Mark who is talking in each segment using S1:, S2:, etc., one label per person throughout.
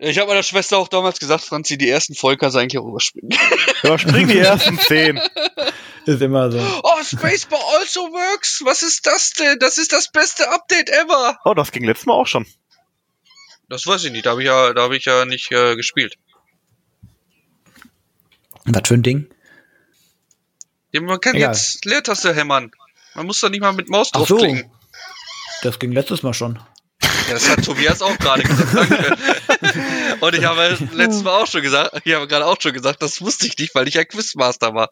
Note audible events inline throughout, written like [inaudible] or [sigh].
S1: Ich habe meiner Schwester auch damals gesagt, Franzi, die ersten Folgen kannst du eigentlich auch überspringen.
S2: Überspring die ersten um zehn.
S3: Ist immer so.
S1: oh, Spacebar also works! Was ist das denn? Das ist das beste Update ever!
S2: Oh, das ging letztes Mal auch schon.
S1: Das weiß ich nicht, da habe ich, ja, da hab ich ja nicht äh, gespielt.
S3: Was für ein Ding?
S1: Ja, Man kann
S3: Egal.
S1: jetzt Leertaste hämmern. Man muss da nicht mal mit Maus
S3: Ach so.
S1: draufklicken.
S3: Das ging letztes Mal schon.
S1: Ja, das hat Tobias auch gerade gesagt.
S3: [laughs]
S1: Danke. Und ich habe letztes Mal auch schon gesagt, ich habe gerade auch schon gesagt, das wusste ich nicht, weil ich ein Quizmaster war.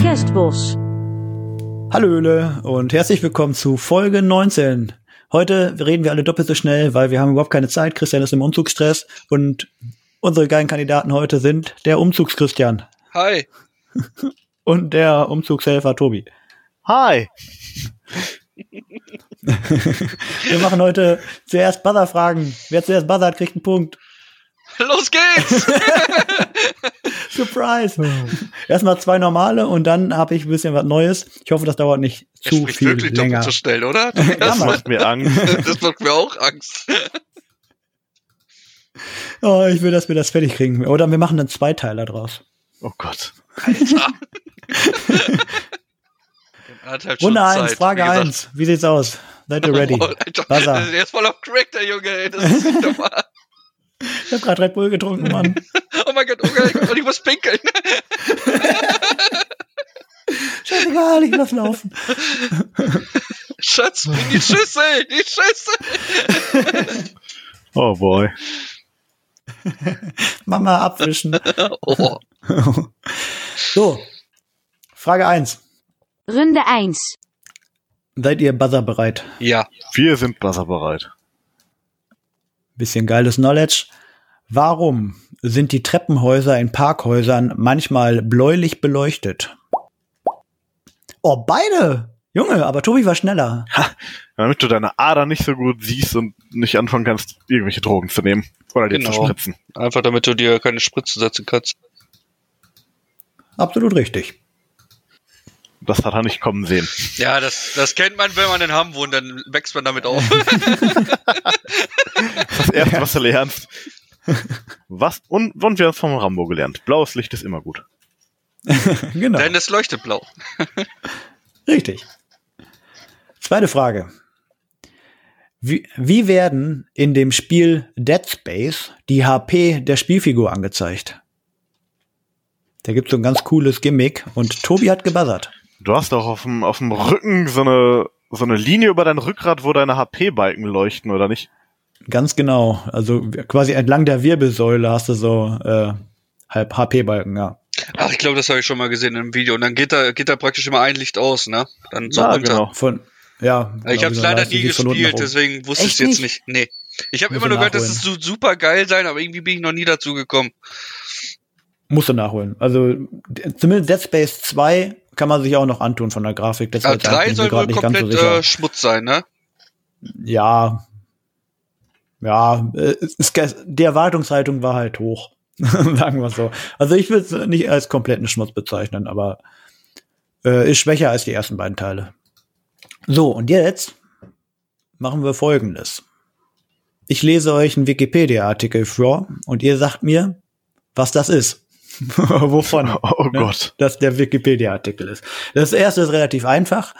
S4: Kerstbos.
S3: Hallöle und herzlich willkommen zu Folge 19. Heute reden wir alle doppelt so schnell, weil wir haben überhaupt keine Zeit. Christian ist im Umzugsstress und unsere geilen Kandidaten heute sind der Umzugs-Christian
S1: Hi.
S3: und der Umzugshelfer Tobi.
S2: Hi.
S3: Wir machen heute zuerst Buzzer-Fragen. Wer zuerst buzzert, kriegt einen Punkt.
S1: Los geht's!
S3: [laughs] Surprise! Erstmal zwei normale und dann habe ich ein bisschen was Neues. Ich hoffe, das dauert nicht
S1: Er
S3: zu
S1: spricht
S3: viel
S1: wirklich doppelt
S3: länger.
S1: so schnell, oder?
S3: Ja,
S1: Das,
S3: Mann.
S2: Macht mir Angst.
S1: das macht mir auch Angst.
S3: Oh, ich will, dass wir das fertig kriegen. Oder wir machen dann zwei Teile draus.
S2: Oh Gott.
S1: Alter. Er hat halt schon
S3: Runde
S1: Zeit,
S3: 1,
S1: wie
S3: Frage
S1: gesagt.
S3: 1. Wie sieht's aus? Seid ihr ready?
S1: [laughs] Oh, Alter,
S3: Wasser.
S1: Der ist voll auf Crack, der Junge. Ey. Das ist nicht normal.
S3: Ich hab grad Red Bull getrunken,
S1: [laughs]
S3: Mann.
S1: Oh mein Gott, oh mein Gott, und ich muss pinkeln. [laughs]
S3: Scheißegal, ich lass laufen.
S1: Schatz, bring die Schüssel, die Schüssel.
S2: Oh boy.
S3: Mama abwischen.
S1: [laughs] Oh.
S3: [laughs] So. Frage 1.
S4: Runde 1.
S3: Seid ihr buzzer bereit?
S1: Ja.
S2: Wir sind wasserbereit.
S3: Bisschen geiles Knowledge. Warum sind die Treppenhäuser in Parkhäusern manchmal bläulich beleuchtet? Oh, beide! Junge, aber Tobi war schneller.
S2: Damit du deine Ader nicht so gut siehst und nicht anfangen kannst, irgendwelche Drogen zu nehmen. Oder dir zu
S1: Genau.
S2: spritzen.
S1: Einfach damit du dir keine Spritze setzen kannst.
S3: Absolut richtig.
S2: Das hat er nicht kommen sehen.
S1: Ja, das, das kennt man, wenn man in Hamm wohnt, dann wächst man [laughs] damit auf.
S2: [laughs] Das erste, was du lernst. Was? Und, und wir haben es vom Rambo gelernt. Blaues Licht ist immer gut.
S3: Genau.
S1: Denn es leuchtet blau.
S3: Richtig. Zweite Frage. Wie, wie werden in dem Spiel Dead Space die HP der Spielfigur angezeigt? Da gibt's so ein ganz cooles Gimmick und Tobi hat gebuzzert.
S2: Du hast doch auf dem, auf dem Rücken so eine, so eine Linie über dein Rückgrat, wo deine HP-Balken leuchten, oder nicht?
S3: Ganz genau. Also quasi entlang der Wirbelsäule hast du so äh, halb HP-Balken, ja.
S1: Ach, ich glaube, das habe ich schon mal gesehen im Video. Und dann geht da, geht da praktisch immer ein Licht aus, ne? Dann so
S2: Ja,
S1: runter.
S2: genau.
S3: Von, ja.
S1: Ich habe es
S3: genau, wie so eine
S1: leider
S3: Leiste,
S1: nie
S3: die von unten nach
S1: gespielt,
S3: oben.
S1: deswegen wusste ich es
S3: Echt
S1: jetzt
S3: nicht?
S1: nicht. Nee. Ich habe
S3: Muss
S1: immer
S3: ich
S1: nur gehört, das
S3: nachholen.
S1: ist so super geil sein, aber irgendwie bin ich noch nie dazu gekommen.
S3: Musst du nachholen. Also d- zumindest Dead Space 2 kann man sich auch noch antun von der Grafik. Das
S1: Ja,
S3: war jetzt eigentlich
S1: 3 Also soll
S3: grad
S1: wohl komplett äh, Schmutz sein, ne?
S3: ja, ja, äh, es, es, die Erwartungshaltung war halt hoch. [laughs] Sagen wir so. Also ich würde es nicht als kompletten Schmutz bezeichnen, aber äh, ist schwächer als die ersten beiden Teile. So, und jetzt machen wir folgendes. Ich lese euch einen Wikipedia-Artikel vor und ihr sagt mir, was das ist. [laughs] Wovon?
S2: Oh, oh
S3: ne?
S2: Gott.
S3: dass der Wikipedia-Artikel ist. Das erste ist relativ einfach,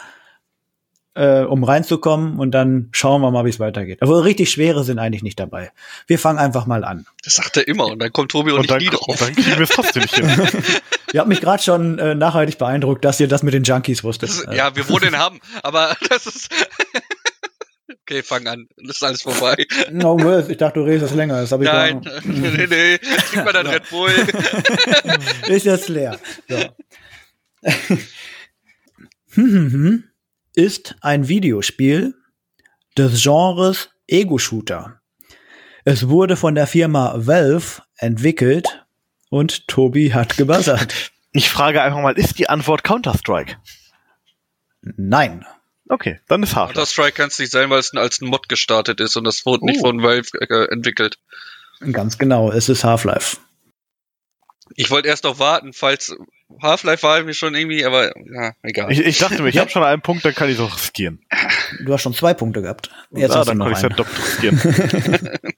S3: äh, um reinzukommen und dann schauen wir mal, wie es weitergeht. Aber richtig schwere sind eigentlich nicht dabei. Wir fangen einfach mal an.
S1: Das sagt er immer und dann kommt Tobi und,
S2: Und dann,
S1: ich nie drauf.
S2: dann kriegen wir es trotzdem nicht hin.
S3: Ihr habt mich gerade schon äh, nachhaltig beeindruckt, dass ihr das mit den Junkies wusstet.
S1: Das ist,
S3: Äh,
S1: ja, wir wohnen in Hamm, aber das ist. [laughs] okay, fang an. Das ist alles vorbei.
S3: Äh, no, Mist, ich dachte, du redest das länger. Das hab ich
S1: Nein,
S3: gar-
S1: nee, nee, trink mal dein Red Bull.
S3: Ist jetzt leer. So. [laughs] Hm, hm, hm. ist ein Videospiel des Genres Ego-Shooter. Es wurde von der Firma Valve entwickelt und Tobi hat gebuzzert.
S2: Ich frage einfach mal, ist die Antwort Counter-Strike?
S3: Nein.
S2: Okay, dann ist hart.
S1: Counter-Strike kann es nicht sein, weil es als ein Mod gestartet ist und das wurde nicht
S2: Oh.
S1: von Valve äh, entwickelt.
S3: Ganz genau, es ist Half-Life.
S1: Ich wollte erst noch warten, falls Half-Life war mir schon irgendwie, aber ja, egal.
S2: Ich, ich dachte mir, ich habe schon einen Punkt, dann kann ich es auch riskieren.
S3: Du hast schon zwei Punkte gehabt. Jetzt
S2: ah,
S3: hast du
S2: dann
S3: noch
S2: kann ich es ja
S3: einen.
S2: doppelt riskieren.
S3: [laughs]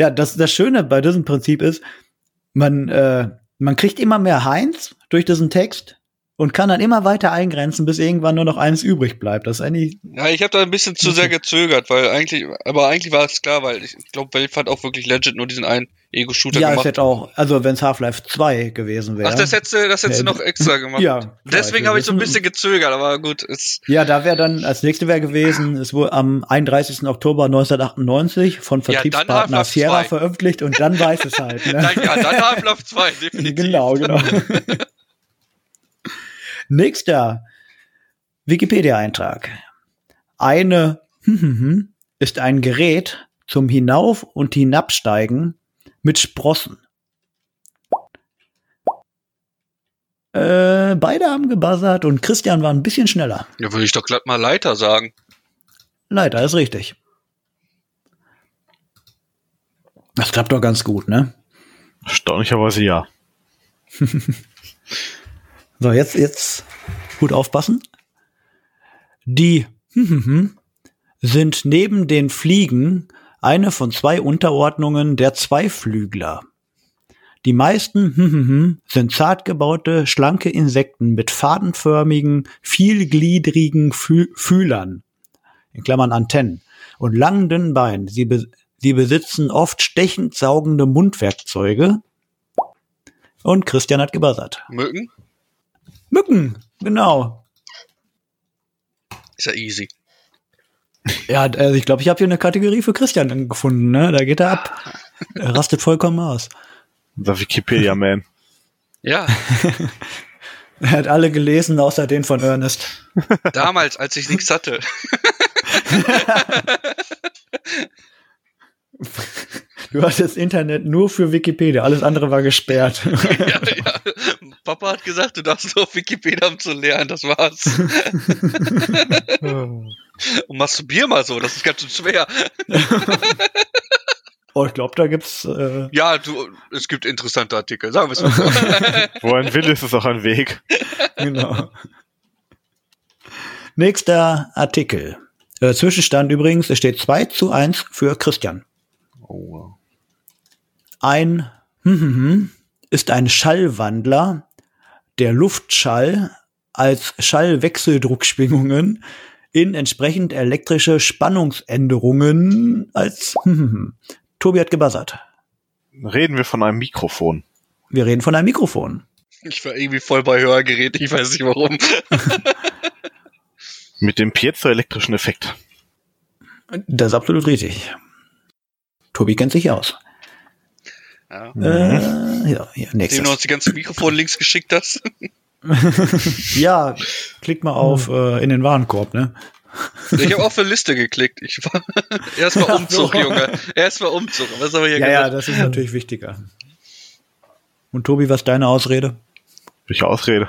S3: Ja, das, das Schöne bei diesem Prinzip ist, man, äh, man kriegt immer mehr Heinz durch diesen Text und kann dann immer weiter eingrenzen, bis irgendwann nur noch eins übrig bleibt. Das ist eigentlich,
S1: ja, ich habe da ein bisschen zu sehr gezögert, weil eigentlich, aber eigentlich war es klar, weil ich glaube, Valve hat auch wirklich legit nur diesen einen Ego-Shooter
S3: ja, ist
S1: gemacht.
S3: jetzt auch, also wenn es Half-Life 2 gewesen wäre.
S1: Ach, das hättest du, das hättest du
S3: Ja,
S1: noch extra gemacht.
S3: ja, klar,
S1: Deswegen
S3: ich
S1: habe ich so ein
S3: will
S1: bisschen gezögert, aber gut, es,
S3: Ja, da wäre dann, als nächste wäre gewesen, es wurde am 31. Oktober 1998 von
S1: Ja, dann
S3: Vertriebspartner
S1: Half-Life
S3: Sierra
S1: 2.
S3: veröffentlicht und dann weiß
S1: [laughs]
S3: es halt. Ne?
S1: dann, ja, dann Half-Life 2, definitiv.
S3: [laughs] genau, genau. Nächster Wikipedia-Eintrag. Eine [laughs] ist ein Gerät zum Hinauf- und Hinabsteigen mit Sprossen. Äh, beide haben gebuzzert und Christian war ein bisschen schneller.
S1: Ja, würde ich doch glatt mal Leiter sagen.
S3: Leiter ist richtig. Das klappt doch ganz gut, ne?
S2: Erstaunlicherweise ja.
S3: So, jetzt, jetzt gut aufpassen. Die hm, sind neben den Fliegen eine von zwei Unterordnungen der Zweiflügler. Die meisten hm, sind zart gebaute, schlanke Insekten mit fadenförmigen, vielgliedrigen Fü Fühlern, in Klammern Antennen, und langen dünnen Beinen. Sie, be sie besitzen oft stechend saugende Mundwerkzeuge. Und Christian hat gebuzzert.
S1: Mücken?
S3: Mücken, genau.
S1: Ist ja easy.
S3: Ja, also ich glaube, ich habe hier eine Kategorie für Christian gefunden, ne? Da geht er ab. Er rastet vollkommen aus.
S2: Unser Wikipedia-Man.
S1: Ja,
S3: Er hat alle gelesen, außer den von Ernest.
S1: damals, als ich nichts hatte.
S3: Du hattest Internet nur für Wikipedia, alles andere war gesperrt. [laughs]
S1: ja, ja. Papa hat gesagt, du darfst nur auf Wikipedia um zu lernen, das war's. Und masturbier mal so, das ist ganz schön schwer.
S3: Oh, ich glaube, da gibt's äh,
S1: Ja, du, es gibt interessante Artikel, sagen wir es mal so.
S2: Wo ein Will ist, ist auch ein Weg.
S3: genau. Nächster Artikel. Äh, Zwischenstand übrigens, es steht 2 zu 1 für Christian. Ein hm, ist ein Schallwandler, der Luftschall als Schallwechseldruckschwingungen in entsprechend elektrische Spannungsänderungen als hm, Tobi hat gebuzzert.
S2: Reden wir von einem Mikrofon.
S3: Wir reden von einem Mikrofon.
S1: Ich war irgendwie voll bei Hörgeräten, ich weiß nicht warum.
S2: Mit dem piezoelektrischen Effekt.
S3: Das ist absolut richtig. Tobi kennt sich aus.
S1: Ja.
S3: Äh, ja, hier,
S1: Dem du
S3: nächstes.
S1: uns die ganzen Mikrofon-Links geschickt hast.
S3: Ja, klick mal auf äh, in den Warenkorb, ne?
S1: Ich habe auf eine Liste geklickt. Ich war [laughs] erstmal Umzug, Junge. Erstmal Umzug. Was haben wir hier
S3: Ja, ja,
S1: gesagt?
S3: das ist natürlich wichtiger. Und Tobi, was ist deine Ausrede?
S2: Durch Ausrede.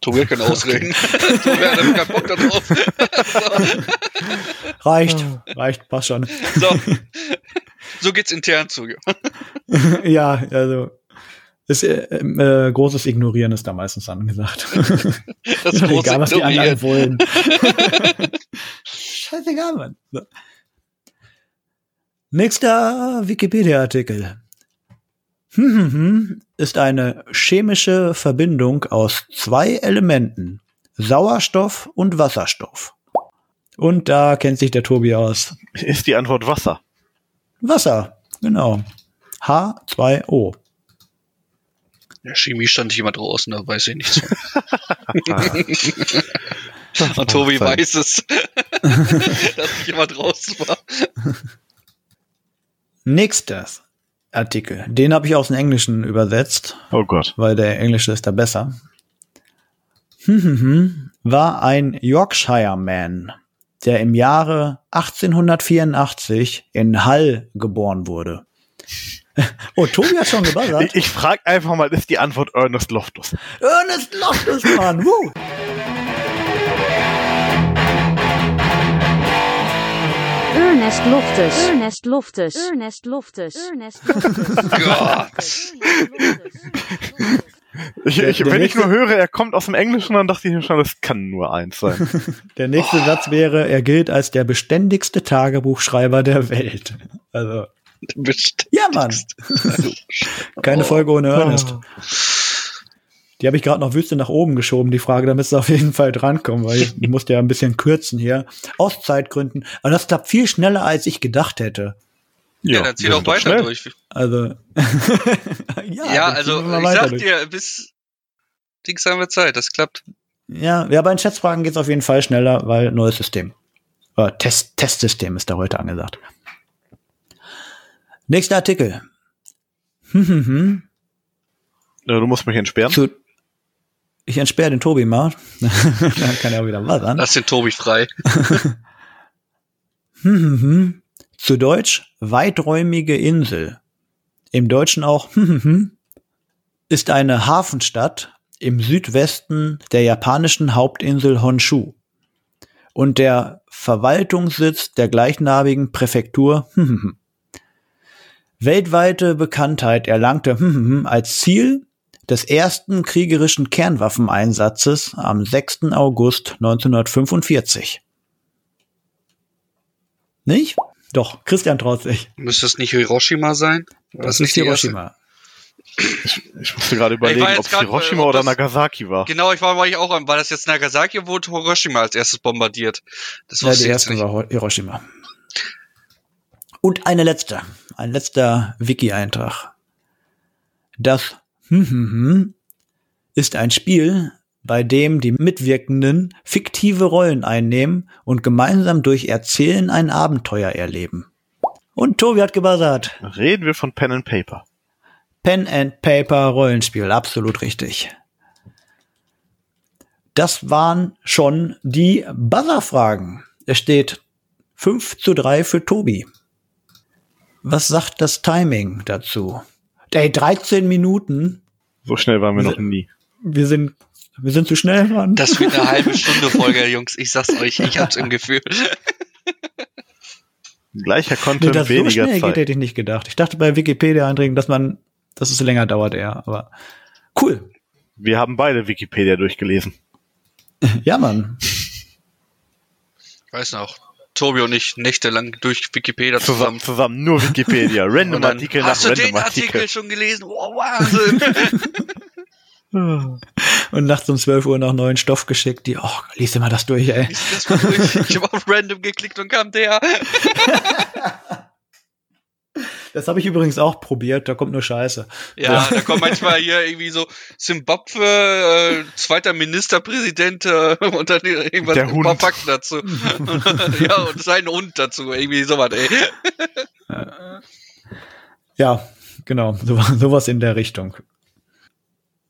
S1: Tobi hat keine Ausreden. [laughs] Tobi hat einfach keinen Bock darauf.
S3: Reicht, reicht, passt schon. [laughs]
S1: So. so geht's intern zu.
S3: ja, also ist, äh, äh, großes Ignorieren ist da meistens angesagt. [laughs]
S1: Das große
S3: Egal, was die
S1: Dummi
S3: anderen
S1: hier.
S3: wollen. [laughs] Scheißegal, Mann. So. Nächster Wikipedia-Artikel. Hm, hm, hm, ist eine chemische Verbindung aus zwei Elementen, Sauerstoff und Wasserstoff. Und da kennt sich der Tobi aus.
S2: Ist die Antwort Wasser?
S3: Wasser, genau. H2O.
S1: In der Chemie stand nicht immer draußen, da weiß ich nichts. Und Tobi
S2: sein.
S1: weiß es, [laughs] dass ich immer draußen war.
S3: Nächstes Artikel. Den habe ich aus dem Englischen übersetzt,
S2: Oh Gott.
S3: weil der Englische ist da besser. Hm, hm, hm. War ein Yorkshire Man, der im Jahre 1884 in Hull geboren wurde. [laughs] Oh, Tobi hat schon gebuzzert.
S2: Ich, ich frage einfach mal, ist die Antwort Ernest Loftus?
S3: [laughs] Ernest Loftus, Mann. Woo.
S4: Ernest Ernest Loftus. Ernest Loftus. Ernest Loftus. Ernest Loftus.
S1: Gott.
S2: Ich,
S3: Der-
S2: ich,
S3: der
S2: wenn ich nur
S3: nächste-
S2: höre, er kommt aus dem Englischen, dann dachte ich mir schon, das kann nur eins sein.
S3: Der nächste Satz wäre, er gilt als der beständigste Tagebuchschreiber der Welt. Also,
S1: [laughs] Bestimmt.
S3: ja, Mann. Keine Folge ohne Ernest. Die habe ich gerade noch Wüste nach oben geschoben, die Frage, damit sie auf jeden Fall
S1: [laughs]
S3: drankommen, weil ich musste ja ein bisschen kürzen hier. Aus Zeitgründen. Aber das klappt viel schneller, als ich gedacht hätte.
S1: Ja, dann zieh
S2: wir
S1: doch
S2: sind doch
S1: weiter
S2: schnell.
S1: durch.
S3: Also, [laughs]
S1: Ja,
S3: ja, dann
S1: also
S3: ziehen wir mal
S1: ich
S3: weiter
S1: sag
S3: durch.
S1: dir, bis Dings haben wir Zeit, das klappt.
S3: Ja, ja, bei den Schätzfragen geht's auf jeden Fall schneller, weil neues System. Äh, Test, Testsystem ist da heute angesagt. Nächster Artikel. [laughs] Hm, hm, hm.
S2: Ja, du musst mich entsperren.
S3: Zu ich entsperre den Tobi mal. [laughs] Dann kann er auch wieder was an.
S1: Lass den Tobi frei.
S3: Hm, hm, hm. Zu Deutsch weiträumige Insel. Im Deutschen auch hm, hm, hm, ist eine Hafenstadt im Südwesten der japanischen Hauptinsel Honshu und der Verwaltungssitz der gleichnamigen Präfektur. Hm, hm, hm. Weltweite Bekanntheit erlangte hm, hm, hm, als Ziel des ersten kriegerischen Kernwaffeneinsatzes am 6. August 1945. Nicht? Doch, Christian traut sich.
S1: Müsste es nicht Hiroshima sein? War
S3: Das
S1: nicht
S3: ist
S1: die
S3: Hiroshima.
S2: Ich musste gerade überlegen,
S1: jetzt
S2: ob es
S1: grad, äh,
S2: Hiroshima
S1: ob
S2: oder
S1: das-
S2: Nagasaki war.
S1: erste? Genau, ich war, war ich auch am, war das jetzt Nagasaki, wurde Hiroshima als erstes bombardiert. Das
S3: Ja,
S1: wusste ich
S3: die
S1: jetzt
S3: erste
S1: nicht.
S3: war Ho- Hiroshima. Und eine letzte, ein letzter Wiki-Eintrag. Das hm, hm, hm ist ein Spiel, bei dem die Mitwirkenden fiktive Rollen einnehmen und gemeinsam durch Erzählen ein Abenteuer erleben. Und Tobi hat gebuzzert.
S2: Reden wir von Pen and Paper.
S3: Pen and Paper Rollenspiel, absolut richtig. Das waren schon die Buzzer-Fragen. Es steht 5 zu 3 für Tobi. Was sagt das Timing dazu? Ey, 13 Minuten.
S2: So schnell waren wir noch nie.
S3: Wir sind, wir sind zu schnell dran.
S1: Das wird eine
S3: [laughs]
S1: halbe Stunde Folge, Jungs. Ich sag's euch, ich hab's im Gefühl.
S2: Gleicher
S3: nee,
S2: Content,
S3: das so
S2: weniger
S3: schnell geht,
S2: Zeit.
S3: hätte ich nicht gedacht. Ich dachte bei Wikipedia-Einträgen, dass man, dass es länger dauert eher. Aber cool.
S2: Wir haben beide Wikipedia durchgelesen.
S3: Ja, Mann.
S1: Ich weiß noch. Tobi und ich nächtelang durch Wikipedia
S2: Zusammen,
S1: zusammen.
S2: zusammen
S1: [laughs]
S2: nur Wikipedia.
S1: Und
S2: Random
S1: dann,
S2: Artikel nach
S1: hast du
S2: Random
S1: den Artikel
S2: Artikel.
S1: schon gelesen? Wow,
S3: [laughs]
S1: Wahnsinn.
S3: Und nachts um 12 Uhr noch neuen Stoff geschickt. Die, oh, lies dir mal das durch, ey.
S1: ich das mal durch. Ich hab auf Random geklickt und kam der.
S3: Das habe ich übrigens auch probiert, da kommt nur Scheiße.
S1: Ja, da kommt manchmal hier irgendwie so Simbabwe, äh, zweiter Ministerpräsident äh, und dann irgendwas
S2: Der
S1: ein
S2: Hund.
S1: paar Fakten dazu. ja, und sein Hund dazu, irgendwie sowas, ey.
S3: Ja, genau, so, [laughs] sowas in der Richtung.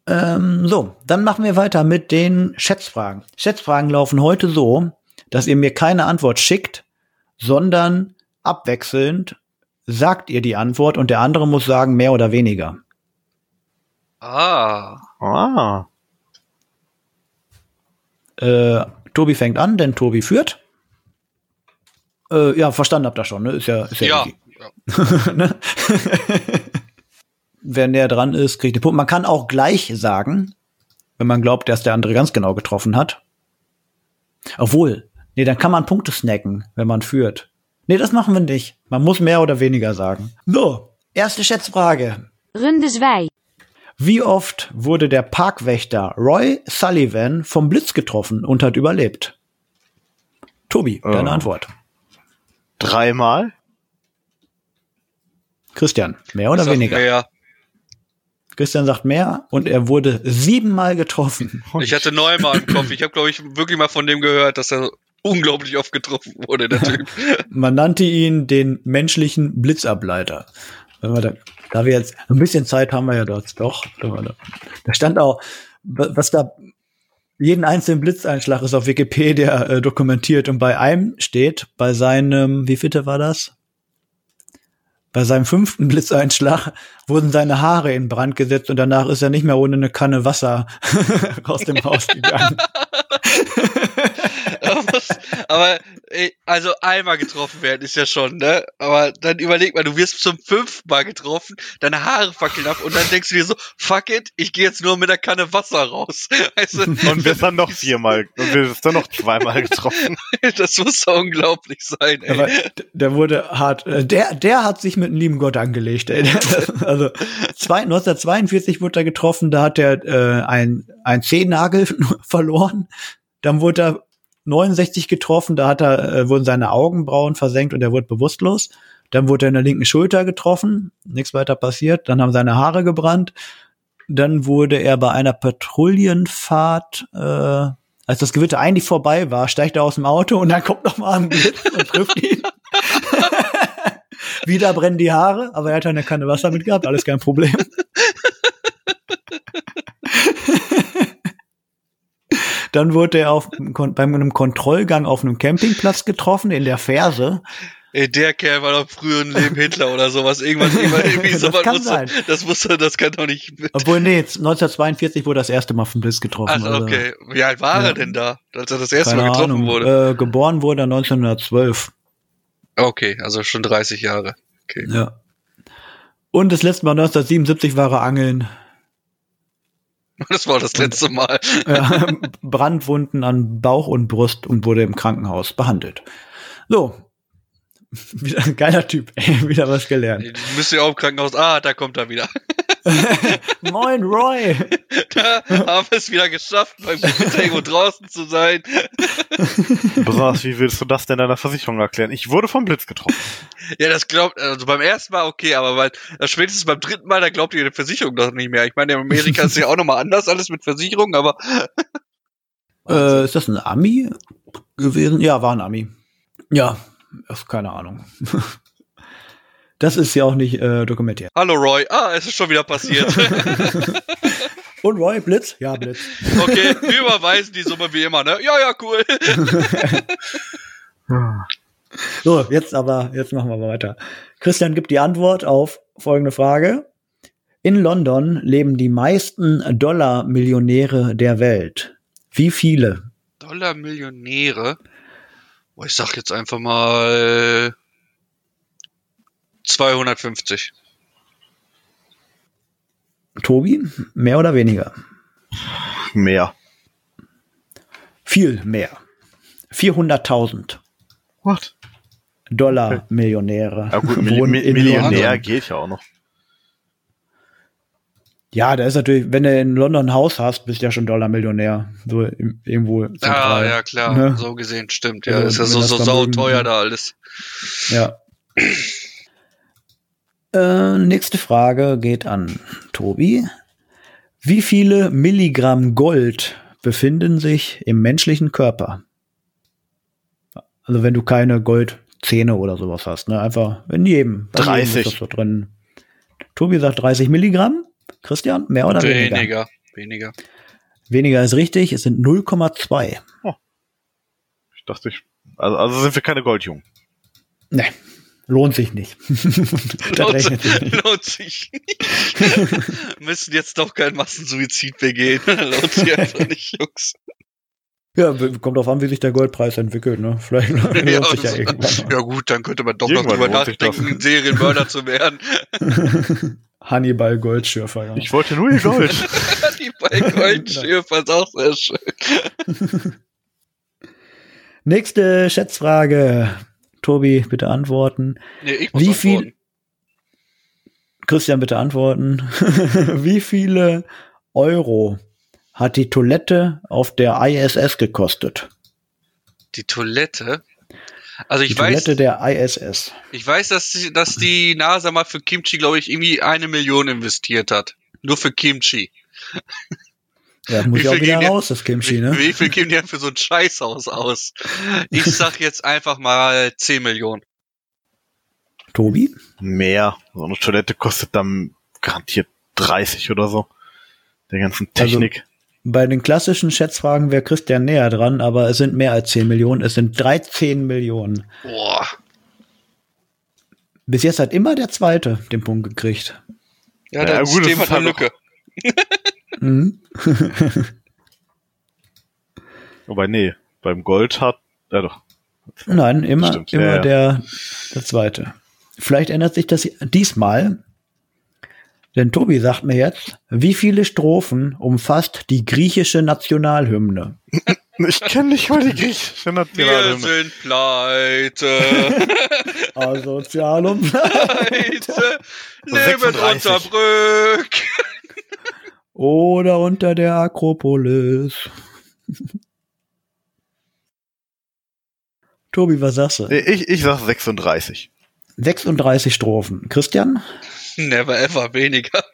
S3: Ähm, so, dann machen wir weiter mit den Schätzfragen. Schätzfragen laufen heute so, dass ihr mir keine Antwort schickt, sondern abwechselnd sagt ihr die Antwort und der andere muss sagen mehr oder weniger.
S1: Ah.
S2: Ah,
S3: Äh, Tobi fängt an, denn Tobi führt. Äh, ja, verstanden habt ihr schon, ne? Ist ja, ist ja,
S1: Ja.
S3: easy. ne? Wer näher dran ist, kriegt den Punkt. Man kann auch gleich sagen, wenn man glaubt, dass der andere ganz genau getroffen hat. Obwohl, nee, dann kann man Punkte snacken, wenn man führt. Nee, das machen wir nicht. Man muss mehr oder weniger sagen. So, erste Schätzfrage.
S4: Runde Zwei.
S3: Wie oft wurde der Parkwächter Roy Sullivan vom Blitz getroffen und hat überlebt? Tobi, deine
S2: Oh.
S3: Antwort.
S2: dreimal?
S3: Christian, mehr oder
S1: Sag
S3: weniger?
S1: Mehr.
S3: Christian sagt mehr und er wurde siebenmal getroffen.
S1: Ich hatte neunmal im Kopf. Ich habe, glaube ich, wirklich mal von dem gehört, dass er unglaublich oft getroffen wurde, der Typ.
S3: Man nannte ihn den menschlichen Blitzableiter. Wenn wir da, da wir jetzt ein bisschen Zeit haben wir ja dort doch. Da war da- da stand auch, wa- was da jeden einzelnen Blitzeinschlag ist auf Wikipedia äh, dokumentiert und bei einem steht, bei seinem, wie vierte war das? Bei seinem fünften Blitzeinschlag wurden seine Haare in Brand gesetzt und danach ist er nicht [laughs] mehr ohne eine Kanne Wasser aus dem Haus gegangen.
S1: man muss, [laughs] aber ey, also einmal getroffen werden ist ja schon, ne? Aber dann überleg mal, du wirst zum fünften Mal getroffen, deine Haare fackeln ab und dann denkst du dir so, fuck it, ich gehe jetzt nur mit einer Kanne Wasser raus. [laughs] Weißt
S3: [laughs]
S1: du,
S2: Und
S1: [laughs]
S2: wirst dann noch viermal, und wirst dann noch zweimal getroffen.
S1: das muss doch unglaublich sein, ey.
S3: [laughs] Aber d- der wurde hart, äh, der, der hat sich mit dem lieben Gott angelegt. Ey. [laughs] Also zwei, 1942 wurde er getroffen, da hat er äh, ein, ein Zehennagel [laughs] verloren. Dann wurde er 69 getroffen, da hat er, äh, wurden seine Augenbrauen versenkt und er wurde bewusstlos. Dann wurde er in der linken Schulter getroffen, nichts weiter passiert. Dann haben seine Haare gebrannt. Dann wurde er bei einer Patrouillenfahrt äh, als das Gewitter eigentlich vorbei war, steigt er aus dem Auto und dann kommt nochmal ein Blitz und trifft ihn.
S1: [laughs]
S3: Wieder brennen die Haare, aber er hat ja eine Kanne Wasser mit gehabt, alles kein Problem. Dann wurde er auf, bei einem Kontrollgang auf einem Campingplatz getroffen, in der Ferse.
S1: Ey, der Kerl war doch früher im Leben Hitler oder sowas. Irgendwas,
S3: [laughs]
S1: irgendwas irgendwie
S3: Das
S1: sowas
S3: kann
S1: muss
S3: sein.
S1: das muss das kann doch nicht. mit-
S3: Obwohl, nee, jetzt 1942 wurde er das erste Mal vom Blitz getroffen.
S1: Also, okay. Wie alt war
S3: Ja.
S1: er denn da, als er das erste
S3: keine
S1: Mal getroffen
S3: Ahnung.
S1: wurde?
S3: Äh, geboren wurde er 1912.
S1: Okay, also schon 30 Jahre. [laughs]
S3: Ja. Und das letzte Mal 1977 war er angeln.
S1: Das war das letzte
S3: [laughs]
S1: Mal.
S3: Ja, Brandwunden an Bauch und Brust und wurde im Krankenhaus behandelt. So. [laughs] Wieder ein geiler Typ, ey, [laughs] wieder was gelernt.
S1: Die müssen ja auch im Krankenhaus. Ah, da kommt er wieder.
S3: Moin, Roy!
S1: [laughs] Da haben wir es wieder geschafft, beim Gewitter [laughs] irgendwo draußen zu sein.
S2: Brass, wie willst du das denn deiner Versicherung erklären? Ich wurde vom Blitz getroffen.
S1: Ja, das glaubt, also beim ersten Mal okay, aber weil, das spätestens beim dritten Mal, da glaubt ihr die Versicherung doch nicht mehr. Ich meine, in Amerika ist ja auch nochmal anders, alles mit Versicherung, aber
S3: [laughs] Äh, ist das ein Ami gewesen? Ja, war ein Ami. Ja, ach, keine Ahnung. [laughs] Das ist ja auch nicht äh, dokumentiert.
S1: hallo Roy, ah, es ist schon wieder [laughs] passiert.
S3: Und Roy, Blitz? Ja, Blitz.
S1: Okay, wir überweisen die Summe wie immer, ne? Ja, ja, cool.
S3: So, jetzt aber, jetzt machen wir mal weiter. Christian gibt die Antwort auf folgende Frage. In London leben die meisten Dollar-Millionäre der Welt. Wie viele?
S1: Dollar Millionäre. Boah, ich sag jetzt einfach mal 250.
S3: Tobi? Mehr oder weniger?
S2: Mehr.
S3: Viel mehr. 400.000
S2: What?
S3: Dollar-Millionäre
S2: Ja gut, Mil
S3: wohnen
S2: Mil
S3: in
S2: Millionär
S3: London.
S2: geht ja auch noch.
S3: Ja, da ist natürlich, wenn du in London ein Haus hast, bist du ja schon Dollar-Millionär. So im- irgendwo.
S1: Ah,
S3: zentral.
S1: ja, klar.
S3: Ne?
S1: So gesehen, stimmt. Ja,
S3: Also,
S1: ist ja
S3: wenn
S1: so,
S3: das
S1: so
S3: dann ne-
S1: sau
S3: irgendwie-
S1: teuer da alles.
S3: Ja. Äh, nächste Frage geht an Tobi. Wie viele Milligramm Gold befinden sich im menschlichen Körper? Also wenn du keine Goldzähne oder sowas hast, ne? Einfach in jedem. Bei jedem
S2: 30.
S3: Ist das so drin. Tobi sagt 30 Milligramm. Christian, mehr oder weniger? Weniger,
S1: Weniger. Weniger.
S3: weniger ist richtig. Es sind 0,2.
S2: Ich dachte, ich, also, also sind wir keine Goldjungen.
S3: Ne, lohnt sich nicht. [laughs] das
S1: Lohnt,
S3: rechnet sich nicht.
S1: lohnt sich nicht. [laughs] Müssen jetzt doch kein Massensuizid begehen. [laughs] lohnt sich einfach nicht, Jungs.
S3: [laughs] Ja, w- kommt drauf an, wie sich der Goldpreis entwickelt,
S1: [laughs]
S3: ne? Vielleicht lohnt
S1: Ja,
S3: sich ja
S1: also-
S3: irgendwann. mal.
S1: Ja gut, dann könnte man doch
S2: Irgendwann
S1: noch drüber
S2: lohnt sich das.
S1: nachdenken, Serienmörder zu
S3: [laughs]
S1: werden. [laughs]
S3: Hannibal Goldschürfer, ja.
S2: Ich wollte
S3: [laughs]
S2: nur ihr Gold.
S1: Die beiden Goldschürfer ist auch sehr schön.
S3: Nächste Schätzfrage. Tobi, bitte antworten.
S1: Nee, ich
S3: Wie
S1: antworten.
S3: viel- Christian, bitte antworten. [laughs] wie viele Euro hat die Toilette auf der ISS gekostet?
S1: Die Toilette. Also ich
S3: die
S1: weiß,
S3: Toilette der ISS.
S1: ich weiß, dass, sie- dass die NASA mal für Kimchi, glaube ich, irgendwie eine Million investiert hat. Nur für Kimchi.
S3: Ja, muss
S1: Wie
S3: ja auch
S1: viel
S3: wieder
S1: gehen die-
S3: raus, das Kimchi,
S1: Wie,
S3: ne?
S1: wie viel geben die denn für so ein Scheißhaus aus? Ich sag jetzt einfach mal 10 Millionen.
S3: Tobi?
S2: Mehr. So eine Toilette kostet dann garantiert 30 oder so. Der ganzen
S3: Also-
S2: Technik.
S3: Bei den klassischen Schätzfragen wäre Christian näher dran, aber es sind mehr als 10 Millionen, es sind 13 Millionen.
S1: Boah.
S3: Bis jetzt hat immer der Zweite den Punkt gekriegt.
S1: Ja,
S2: Ja,
S1: das
S2: gut, das
S1: System
S2: ist
S1: hat eine
S2: halt
S1: Lücke.
S3: Mhm.
S2: Wobei, nee. Beim Gold hat Ja doch.
S3: Nein, immer,
S2: Stimmt, ja,
S3: immer
S2: ja.
S3: Der, der zweite. Vielleicht ändert sich das diesmal, denn Tobi sagt mir jetzt, wie viele Strophen umfasst die griechische Nationalhymne?
S2: Ich kenne nicht mal die griechische
S1: Wir
S2: Nationalhymne.
S1: sind pleite,
S2: [laughs]
S3: Asozialum.
S1: pleite, leben
S2: 36.
S1: unter Brück.
S3: Oder unter der Akropolis. Tobi, was sagst du?
S2: Ich, ich sag 36.
S3: 36 Strophen. Christian?
S1: Never ever weniger.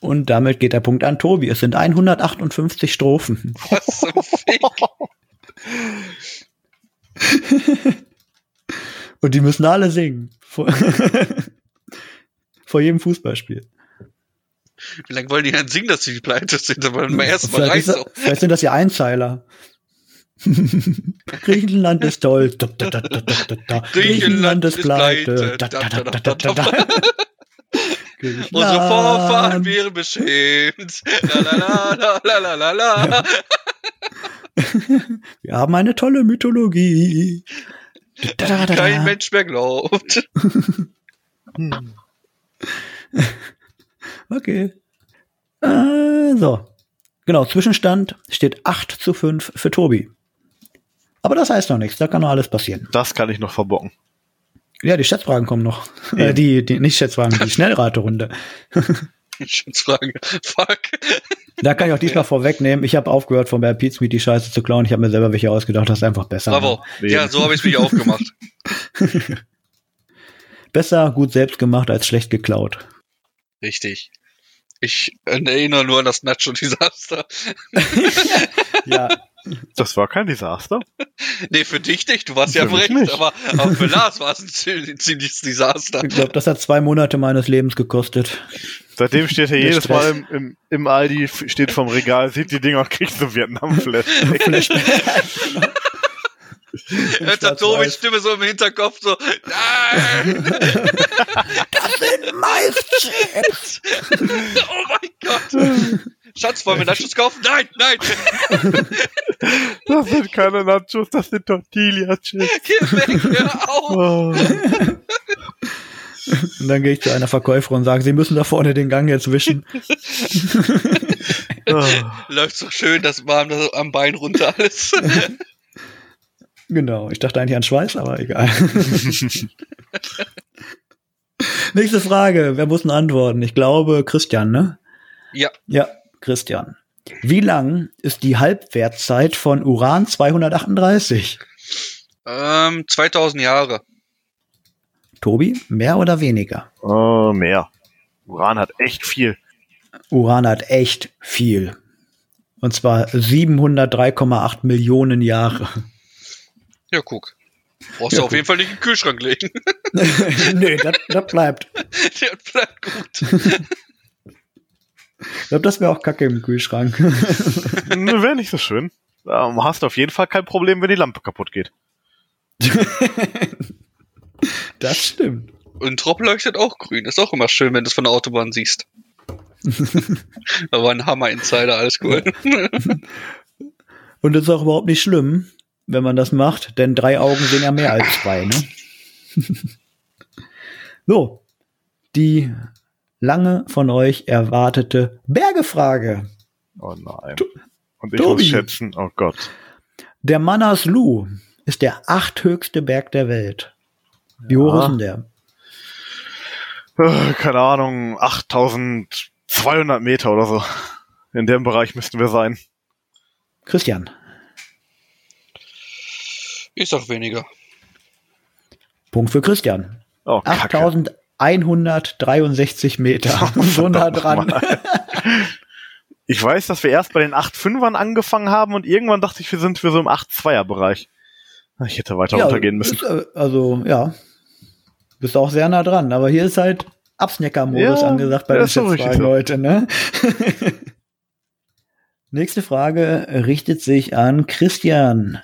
S3: Und damit geht der Punkt an Tobi. Es sind 158 Strophen.
S1: Was zum Fick?
S3: Und die müssen alle singen. Vor, [laughs] vor jedem Fußballspiel.
S1: Wie lange wollen die denn singen, dass sie pleite sind? Aber beim ersten Mal
S3: Vielleicht,
S1: reicht's
S3: ist,
S1: auch.
S3: vielleicht sind das
S1: [laughs]
S3: ja Einzeiler. Griechenland ist toll. Da, da, da, da, da, da, da.
S1: Griechenland ist pleite.
S3: Da, da, da, da,
S1: Da, da, [laughs]
S3: da, da. Griechenland.
S1: Unsere Vorfahren wären beschämt. La, la, la, la, la, la, la.
S3: Wir haben eine tolle Mythologie. Da, da, da, da.
S1: Kein Mensch mehr glaubt.
S3: Okay. Äh, so. Genau, Zwischenstand steht 8 zu 5 für Tobi. Aber das heißt noch nichts, da kann noch alles passieren.
S2: Das kann ich noch verbocken.
S3: Ja, die Schätzfragen kommen noch.
S2: Ja.
S3: Äh, die, die, nicht Schätzfragen, die Schnellraterunde.
S1: Schutzfrage. Fuck.
S3: Da kann ich auch diesmal vorwegnehmen. Ich habe aufgehört, von Bad Pizza die Scheiße zu klauen. Ich habe mir selber welche ausgedacht, das ist einfach besser.
S1: Bravo.
S2: Nee.
S1: Ja, so habe ich mich aufgemacht.
S3: Besser gut selbst gemacht als schlecht geklaut.
S1: Richtig. Ich erinnere nur an das Nacho-Desaster.
S3: Ja,
S2: Das war kein Desaster.
S1: Nee, für dich nicht, du warst ja
S2: Für
S1: im
S2: mich
S1: Recht,
S2: nicht.
S1: aber, aber
S2: [laughs]
S1: für Lars war es ein ziemlich- ziemliches Desaster.
S3: ich glaube, das hat zwei Monate meines Lebens gekostet.
S2: Seitdem steht er [laughs]
S3: Der
S2: jedes
S3: Stress.
S2: Mal im, im, im Aldi, f- steht vom Regal, sieht die Dinger und kriegt so [laughs] Vietnam-Flash.
S1: Hört da Tobis
S3: Schwarz-Weiß.
S1: Stimme so im Hinterkopf so,
S2: [laughs]
S1: nein, [laughs]
S3: Mais
S1: oh mein Gott. Schatz, wollen wir Nachos kaufen? Nein,
S2: [laughs]
S1: nein,
S2: Das sind keine Nachos, das sind Tortilla-Chips.
S1: geh weg, hör auf.
S2: Oh.
S3: Und dann gehe ich zu einer Verkäuferin und sage, Sie müssen da vorne den Gang jetzt wischen.
S2: Ah.
S1: Läuft so schön, das warm das am Bein runter
S2: [laughs]
S1: alles.
S3: Genau, ich dachte eigentlich an Schweiß, aber [laughs] egal. Nächste Frage, wer muss denn antworten? Ich glaube Christian, ne?
S1: Ja.
S3: Ja, Christian. Wie lang ist die Halbwertszeit von Uran 238?
S1: Ähm, 2000 Jahre.
S3: Tobi, mehr oder weniger?
S2: Oh, mehr. Uran hat echt viel.
S3: Uran hat echt viel. Und zwar 703,8 Millionen [laughs] Jahre.
S1: Ja, guck. Brauchst
S3: Ja,
S1: du auf
S3: guck.
S1: jeden Fall nicht in den Kühlschrank legen. [laughs]
S3: nee, das, das bleibt.
S1: Der bleibt gut.
S3: Ich glaube, das wäre auch Kacke im Kühlschrank.
S2: Wäre nicht so schön. Ähm, Hast auf jeden Fall kein Problem, wenn die Lampe kaputt geht.
S3: Das stimmt.
S1: Und Trop leuchtet auch grün. Ist auch immer schön, wenn du es von der Autobahn siehst.
S2: [laughs]
S1: Aber ein Hammer-Insider, alles cool.
S3: Und das ist auch überhaupt nicht schlimm, wenn man das macht, denn drei Augen sehen ja mehr als zwei. Ne? [laughs] so, die lange von euch erwartete Bergefrage.
S2: Oh nein.
S3: To-
S2: Und ich
S3: Tobi.
S2: muss schätzen, oh Gott.
S3: Der Manaslu ist der achthöchste Berg der Welt. Wie hoch ist denn der?
S2: Äh, Keine Ahnung, 8200 Meter oder so. In dem Bereich müssten wir sein.
S3: Christian,
S1: Ich sag weniger.
S3: Punkt für Christian.
S2: Oh, Kacke.
S3: 8163 Meter. so nah dran.
S2: Ich weiß, dass wir erst bei den 8,5ern angefangen haben und irgendwann dachte ich, wir sind wir so im 8,2er Bereich. Na, Ich hätte weiter runtergehen müssen.
S3: ist, äh, also, ja. Bist auch sehr nah dran, aber hier ist halt Absnacker-Modus
S2: Ja,
S3: angesagt bei
S2: ja,
S3: den
S2: ist doch richtig
S3: Schätzfragen
S2: so.
S3: heute, ne? [laughs] Nächste Frage richtet sich an Christian.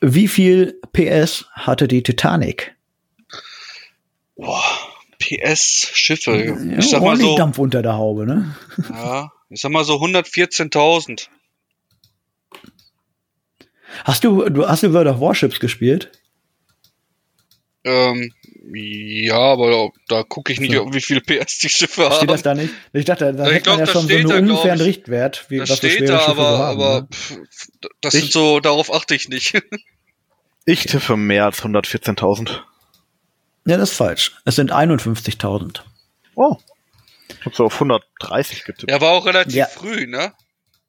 S3: Wie viel PS hatte die Titanic?
S1: Boah, PS, Schiffe. Ich
S3: Ja,
S1: sag mal
S3: ordentlich
S1: so,
S3: Dampf unter der Haube, ne?
S1: ja, ich sag mal so 114.000.
S3: Hast du, du hast du World of Warships gespielt?
S1: Ähm, ja, aber oh, da, da gucke ich nicht,
S3: So.
S1: wie viele PS die Schiffe haben.
S3: Also, Steht das da nicht? Ich dachte, da
S1: Ah, Ich
S3: hätte
S1: glaub,
S3: man ja
S1: das
S3: schon so
S1: steht
S3: einen
S1: da, glaub
S3: ungefähren
S1: ich.
S3: Richtwert, wie
S1: Das
S3: was für
S1: steht
S3: schwere
S1: da,
S3: Schiffe
S1: aber,
S3: so haben.
S1: aber
S3: ne?
S1: pff, das
S2: Ich-
S1: sind so, darauf achte ich nicht. [laughs]
S2: Ich tippe mehr als 114.000.
S3: Ja, das ist falsch. Es sind 51.000.
S2: Oh. Ich hab so auf 130 getippt.
S1: ja, war auch relativ
S3: Ja.
S1: früh, ne?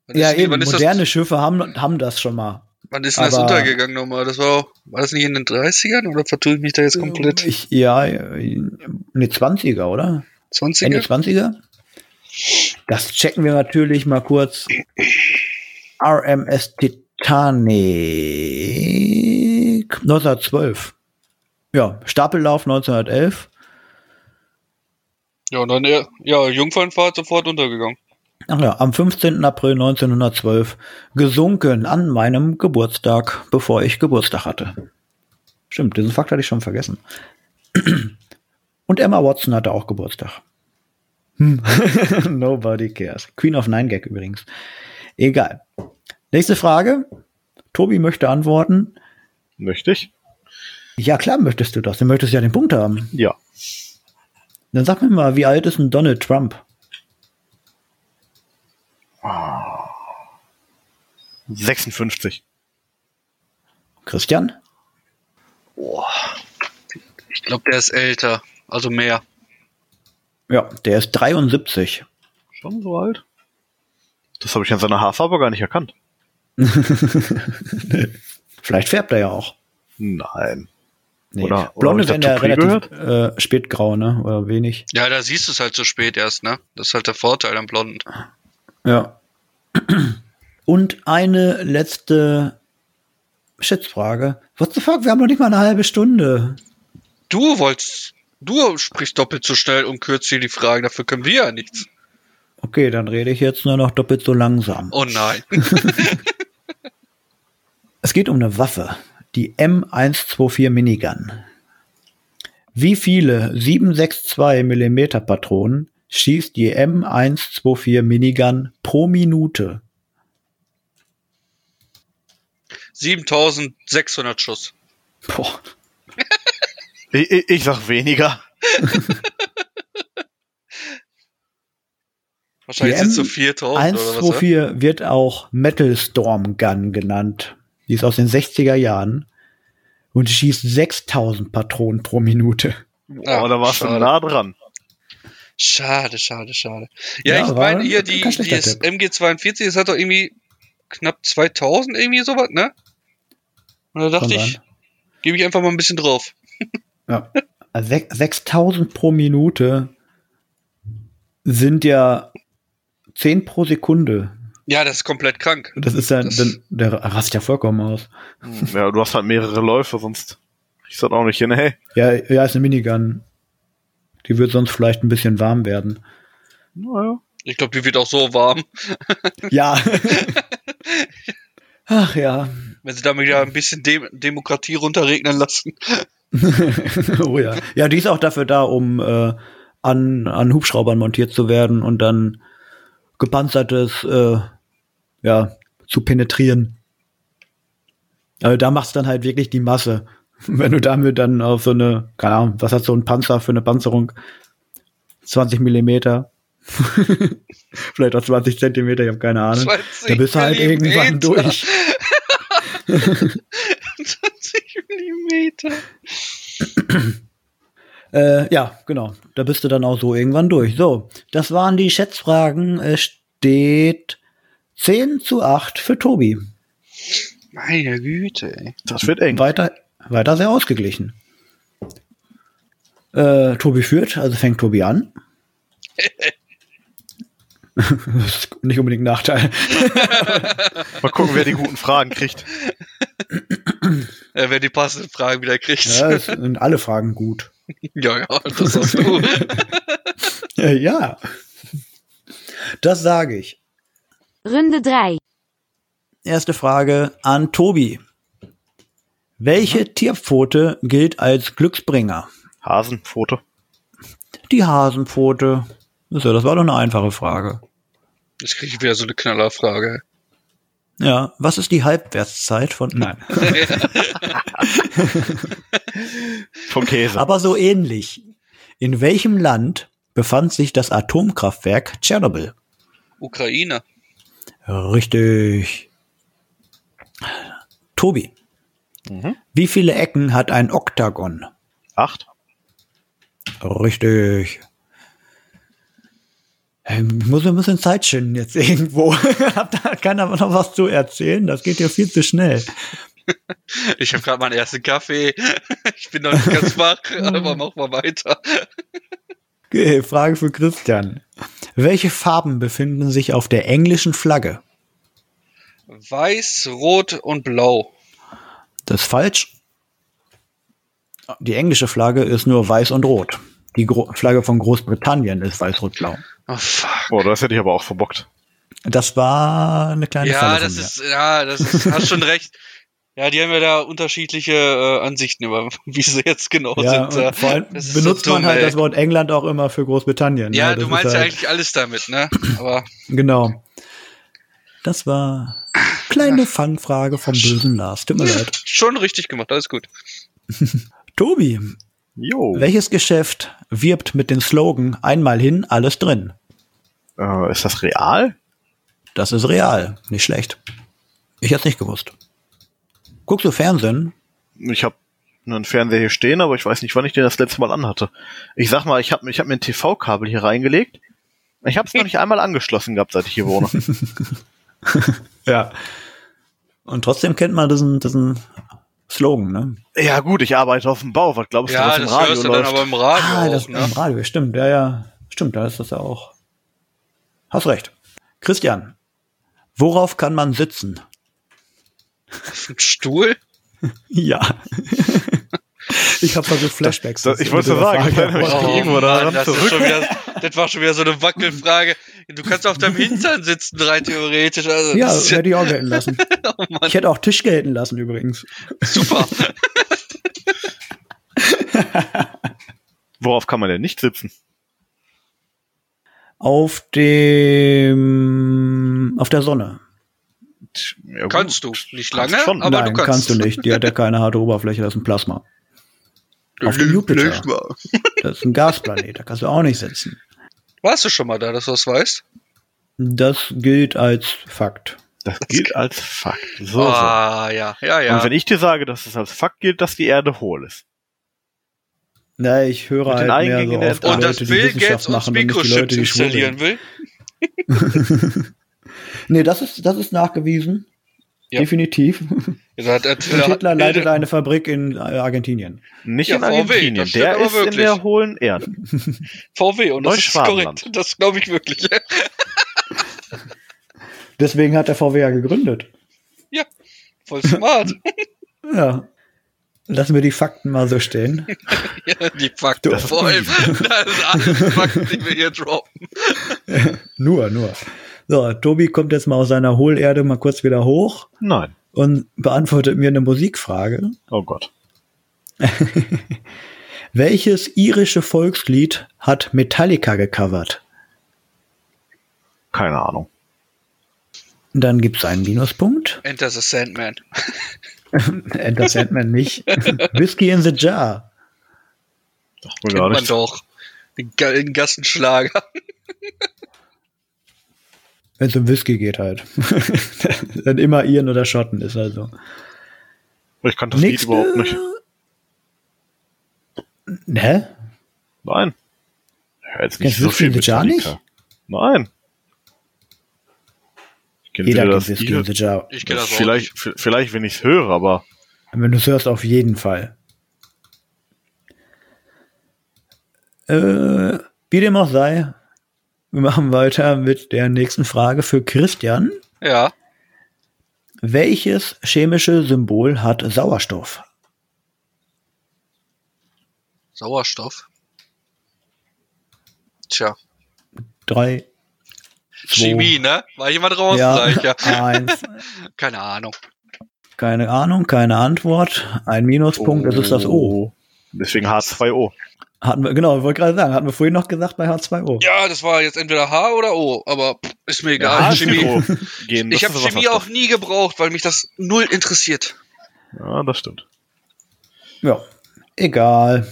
S1: Wann
S3: Ja,
S1: ist die-
S3: eben.
S1: wann ist
S3: Moderne Schiffe haben, haben das schon mal.
S1: Das, wann ist denn das
S3: aber-
S1: untergegangen nochmal? Das war, auch- war das nicht in den 30ern oder vertue ich mich da jetzt komplett?
S3: Ich, ja, ne 20er, oder? Ende
S1: 20er?
S3: 20er? Das checken wir natürlich mal kurz. RMS Titanic 1912. Ja, Stapellauf 1911.
S1: Ja, und dann, ja, ja, Jungfernfahrt sofort untergegangen.
S3: Ach ja, am 15. April 1912 gesunken an meinem Geburtstag, bevor ich Geburtstag hatte. Stimmt, diesen Fakt hatte ich schon vergessen. [clears throat] Und Emma Watson hatte auch Geburtstag. Hm. [laughs] Nobody cares. Queen of Nine Gag übrigens. Egal. Nächste Frage. Tobi möchte antworten.
S2: Möchte ich?
S3: Ja, klar möchtest du das. Du möchtest ja den Punkt haben.
S2: Ja.
S3: Dann sag mir mal, wie alt ist denn Donald Trump?
S2: 56.
S3: Christian?
S1: Ich glaube, der ist älter. Also mehr.
S3: Ja, der ist 73.
S2: Schon so alt? Das habe ich an seiner Haarfarbe gar nicht erkannt.
S3: Vielleicht färbt er ja auch.
S2: Nein.
S3: Nee.
S2: Oder- oder
S3: Blonde
S2: hab ich
S3: werden
S2: da
S3: ja
S2: Toupet
S3: relativ äh, spätgrau, ne? Oder wenig.
S1: Ja, da siehst du es halt so spät erst, ne? Das ist halt der Vorteil am Blonden.
S3: Ja. Und eine letzte Schätzfrage. What the fuck? Wir haben noch nicht mal eine halbe Stunde.
S1: Du wolltest, du sprichst doppelt so schnell und kürzt dir die Fragen, dafür können wir ja nichts.
S3: Okay, dann rede ich jetzt nur noch doppelt so langsam.
S1: Oh
S3: [laughs]
S1: nein.
S3: Es geht um eine Waffe, die M124 Minigun. Wie viele 762 mm Patronen schießt die M124 Minigun pro Minute?
S1: 7600 Schuss.
S3: Boah.
S2: Ich, ich, ich sag weniger.
S1: Wahrscheinlich
S3: Die
S1: sind es so
S3: M
S1: 4000 Oh, oder was. ne? 124.
S3: 124 wird auch Metal Storm Gun genannt. Die ist aus den 60er Jahren und schießt 6000 Patronen pro Minute.
S1: Ja,
S2: Boah, Oh, da warst du
S1: Ah, schade.
S2: nah dran.
S1: Schade, schade, schade. Ja,
S3: Ja,
S1: ich
S3: war
S1: meine hier die,
S3: kein
S1: die
S3: schlechter Tipp.
S1: MG42, das hat doch irgendwie knapp 2000 irgendwie sowas, ne? Und da dachte
S3: Kann
S1: ich,
S3: sein.
S1: gebe ich einfach mal ein bisschen drauf.
S3: Ja. Also sech- 6000 pro Minute sind ja 10 pro Sekunde.
S1: Ja, das ist komplett krank.
S3: Das ist ja,
S1: Das-
S3: dann, der rast ja vollkommen aus.
S1: Hm.
S2: Ja, du hast halt mehrere Läufe, sonst kriegst du das auch nicht hin. Hey,
S3: Ja, ja, ist eine Minigun. Die wird sonst vielleicht ein bisschen warm werden.
S2: naja.
S1: Ich glaube, die wird auch so warm. [laughs]
S3: Ja. Ach ja.
S1: Wenn sie damit ja ein bisschen Dem Demokratie runterregnen lassen.
S3: [laughs] oh ja. Ja, die ist auch dafür da, um äh, an, an Hubschraubern montiert zu werden und dann gepanzertes äh, ja, zu penetrieren. Also da machst du dann halt wirklich die Masse. [laughs] Wenn du damit dann auf so eine, keine Ahnung, was hat so ein Panzer für eine Panzerung? 20 Millimeter. [laughs] Vielleicht auch 20 Zentimeter, ich habe keine Ahnung.
S1: 20
S3: Da bist du halt irgendwann
S1: Millimeter. [laughs]
S3: durch.
S1: 20 Millimeter.
S3: Äh, ja, genau. Da bist du dann auch so irgendwann durch. So, das waren die Schätzfragen. Es steht 10 zu 8 für Tobi.
S1: Meine Güte, ey.
S2: Das wird eng.
S3: Weiter, weiter sehr ausgeglichen. Äh, Tobi führt, also fängt Tobi [laughs] an. das ist nicht unbedingt ein Nachteil.
S2: Mal gucken, wer die guten Fragen kriegt.
S1: Äh, wer die passenden Fragen wieder kriegt.
S3: Ja, es sind alle Fragen gut.
S1: [laughs] Ja, ja, das hast
S3: [laughs]
S1: du.
S3: Äh, ja. Das sage ich.
S4: Runde 3.
S3: Erste Frage an Tobi. Welche Tierpfote gilt als Glücksbringer?
S2: Hasenpfote.
S3: Die Hasenpfote. So, das war doch eine einfache Frage.
S1: Jetzt kriege ich wieder so eine Knallerfrage.
S3: Ja, was ist die Halbwertszeit von. [laughs] Nein. also-
S2: Von Käse.
S3: Aber so ähnlich. In welchem Land befand sich das Atomkraftwerk Tschernobyl?
S1: Ukraine.
S3: Richtig. Tobi,
S2: Mhm.
S3: wie viele Ecken hat ein Oktagon?
S2: Acht.
S3: Richtig. Ähm, Ich muss ein bisschen Zeit schinden jetzt irgendwo. [laughs] Hat da keiner noch was zu erzählen? Das geht ja viel zu schnell.
S1: Ich habe gerade meinen ersten Kaffee. [laughs] Ich bin noch nicht ganz
S3: [laughs]
S1: wach, aber mach mal weiter.
S3: Okay, Frage für Christian. Welche Farben befinden sich auf der englischen Flagge?
S1: Weiß, Rot und Blau.
S3: Das ist falsch. Die englische Flagge ist nur weiß und rot. Die Gro Flagge von Großbritannien ist weiß-rot-blau.
S1: Oh, fuck.
S2: Boah, das hätte ich aber auch verbockt.
S3: Das war eine kleine
S1: Ja,
S3: Falle
S1: das
S3: von mir.
S1: ist, ja, das
S3: [laughs]
S1: ist, hast schon recht. Ja, die haben ja da unterschiedliche äh, Ansichten über, [laughs] wie sie jetzt genau
S3: ja,
S1: sind.
S3: und vor allem
S1: Das ist
S3: benutzt
S1: so dumm,
S3: man halt
S1: ey.
S3: das Wort England auch immer für Großbritannien.
S1: Ja,
S3: ne?
S1: du
S3: Das
S1: meinst
S3: ist
S1: ja
S3: halt-
S1: eigentlich alles damit,
S3: [clears throat]
S1: ne? Aber
S3: Genau. Das war kleine Fangfrage vom bösen Lars. Tut mir leid.
S1: schon richtig gemacht, alles gut.
S3: Tobi,
S2: Jo.
S3: welches Geschäft wirbt mit dem Slogan einmal hin, alles drin?
S2: Äh, ist das real?
S3: Das ist real. Nicht schlecht. Ich hätte es nicht gewusst. Guckst du Fernsehen?
S2: Ich habe einen Fernseher hier stehen, aber ich weiß nicht, wann ich den das letzte Mal anhatte. Ich sag mal, ich habe ich hab mir ein TV-Kabel hier reingelegt. Ich habe es noch nicht einmal angeschlossen gehabt, seit ich hier wohne.
S3: Ja. Und trotzdem kennt man diesen, diesen Slogan, ne?
S2: ja gut, ich arbeite auf dem Bau. Was glaubst du,
S1: Ja,
S2: was im
S1: das
S2: Radio
S1: hörst du dann
S2: läuft?
S1: aber im Radio
S3: Ah,
S1: auch,
S3: das
S1: ne?
S3: im Radio, stimmt, ja, ja. Stimmt, da ist das ja auch. Hast recht. Christian, worauf kann man sitzen?
S1: Auf dem Stuhl?
S3: Ja. [laughs] ich habe versucht Flashbacks.
S2: das- ich wollte
S3: mit der
S2: sagen,
S3: Frage,
S2: kleiner
S3: aber-
S2: Sprung. Oh, irgendwo da ran
S1: Ah, das, ist
S2: zurück.
S1: schon wieder, das war schon wieder so eine Wackelfrage. Du kannst auf deinem Hintern sitzen, rein theoretisch. Also,
S3: Ja,
S1: das ist ja Oh
S3: hätte ich auch
S1: [laughs]
S3: gelten lassen. ich hätte auch Tisch gelten lassen übrigens.
S1: super.
S2: Worauf kann man denn nicht sitzen?
S3: Auf dem, auf der Sonne.
S2: Ja, gut.
S1: Kannst du. Nicht
S2: Kannst
S1: lange,
S2: schon.
S1: aber du
S3: Nein,
S1: kannst.
S3: kannst du nicht. Die hat ja keine harte Oberfläche, das ist ein Plasma. Auf dem Jupiter.
S1: mal.
S3: Das ist ein Gasplanet, da kannst du auch nicht sitzen.
S1: Warst du schon mal da, dass du das weißt?
S3: Das gilt als Fakt.
S2: Das gilt als Fakt. So, so.
S1: ah, ja, ja, ja.
S2: Und wenn ich dir sage, dass es als Fakt gilt, dass die Erde hohl ist.
S3: Na, ich höre
S2: Mit den
S3: halt mehr
S2: Eingängen
S3: so
S2: in der
S3: auf die
S2: App.
S1: Und
S3: Leute,
S1: dass
S3: die
S1: Bill
S3: Wissenschaft
S1: Gates uns
S3: machen und nicht die
S1: Mikrochips
S3: Leute, die
S1: installieren
S3: schwurbeln.
S1: will.
S3: Nee, das ist, das ist nachgewiesen.
S1: Ja.
S3: Definitiv. Und
S1: Ja, da- da- da-
S3: [laughs] Hitler leitet
S1: äh,
S3: eine Fabrik in äh, Argentinien.
S2: Nicht
S1: Ja,
S2: in
S1: VW,
S2: Argentinien.
S1: das stimmt
S2: Der
S1: aber
S2: ist in
S1: wirklich.
S2: der hohlen Erde.
S1: VW und das ist
S2: Neuschwabenland.
S1: korrekt. Das glaube ich wirklich. [laughs]
S3: Deswegen hat der VW ja gegründet.
S1: ja, voll
S3: [laughs]
S1: smart.
S3: Ja. Lassen wir die Fakten mal so stehen.
S1: ja, die Fakten vor allem. [laughs] Das sind alles Fakten, die wir hier droppen.
S3: Nur, nur. So, Tobi kommt jetzt mal aus seiner Hohlerde mal kurz wieder hoch
S2: Nein.
S3: und beantwortet mir eine Musikfrage.
S2: Oh Gott.
S3: Welches irische Volkslied hat Metallica gecovert?
S2: Keine Ahnung.
S3: Dann gibt's einen Minuspunkt. Äh,
S1: Enter the Sandman.
S3: Enter Sandman nicht. Whiskey in the Jar.
S2: Sagt mir
S1: Kennt
S2: gar
S1: man
S2: nicht.
S1: doch. Den Ga- den Gassenschlager.
S3: [laughs] Wenn es um Whisky geht halt. [laughs] Dann immer Iren oder Schotten ist also.
S2: Ich kann das
S3: Nächste-
S2: Lied überhaupt nicht.
S3: Hä?
S2: Nein. Ja, jetzt
S3: Kennst du Whiskey in the Jar
S2: Metallica. Nein. Ich kenn
S3: Jeder
S2: weder
S3: kennt Whisky in the Jar.
S1: Ich kenn
S2: das
S1: das auch
S2: vielleicht, v- vielleicht, wenn ich es höre, aber
S3: Wenn du es hörst, auf jeden Fall. Äh, wie dem auch sei, wir machen weiter mit der nächsten Frage für Christian.
S1: nicht. Ja.
S3: Welches chemische Symbol hat Sauerstoff?
S1: Sauerstoff. Tja.
S3: Drei. Zwei.
S1: Chemie, ne? War jemand raus?
S3: Ja,
S1: Sag ich ja.
S3: eins.
S1: Keine Ahnung.
S3: Keine
S2: Oh.
S3: Ahnung, keine Antwort. Ein Minuspunkt, das ist das O.
S2: deswegen H2O.
S3: Hatten wir, genau, wollte gerade sagen, hatten wir vorhin noch gesagt bei H2O.
S1: Ja, das war jetzt entweder H oder O, aber pff, ist mir egal.
S2: Ja,
S1: Chemie.
S2: gehen,
S1: Ich
S2: das
S1: habe
S2: ist aber
S1: Chemie
S2: fast
S1: auch nie gebraucht, weil mich das null interessiert.
S2: das. Ja, das stimmt.
S3: Ja, egal.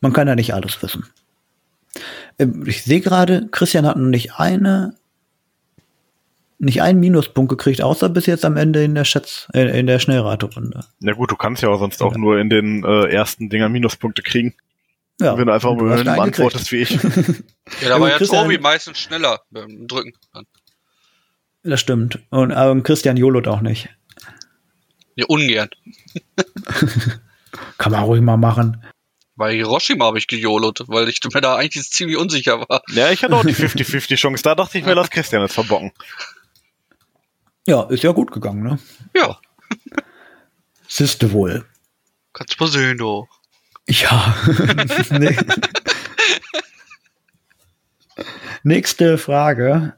S3: Man kann ja nicht alles wissen. Ähm, Ich sehe gerade, Christian hat noch nicht eine, nicht einen Minuspunkt gekriegt, außer bis jetzt am Ende in der Schätz, äh, in der Schnellraterunde.
S2: Na gut, du kannst ja auch sonst auch nur in den äh, ersten Dinger Minuspunkte kriegen,
S3: Ja,
S2: wenn du einfach
S3: und
S2: nur
S3: hast einen
S2: antwortest wie ich.
S1: Ja, da war ja
S3: Ähm, Christian-
S1: Tobi meistens schneller beim Drücken.
S3: gekriegt. Das stimmt. Und ähm, Christian Jolot auch nicht.
S1: Ja, ungern.
S3: Kann man ruhig mal machen.
S1: Bei Hiroshima habe ich gejolot, weil ich mir da eigentlich ziemlich unsicher war.
S2: ja, ich hatte auch die 50-50 Chance. Da dachte ich mir, lass Christian jetzt verbocken.
S3: Ja, ist ja gut gegangen, ne?
S1: Ja,
S3: Siste wohl.
S1: kannst mal sehen, du.
S3: Ja. [laughs] Nee. Nächste Frage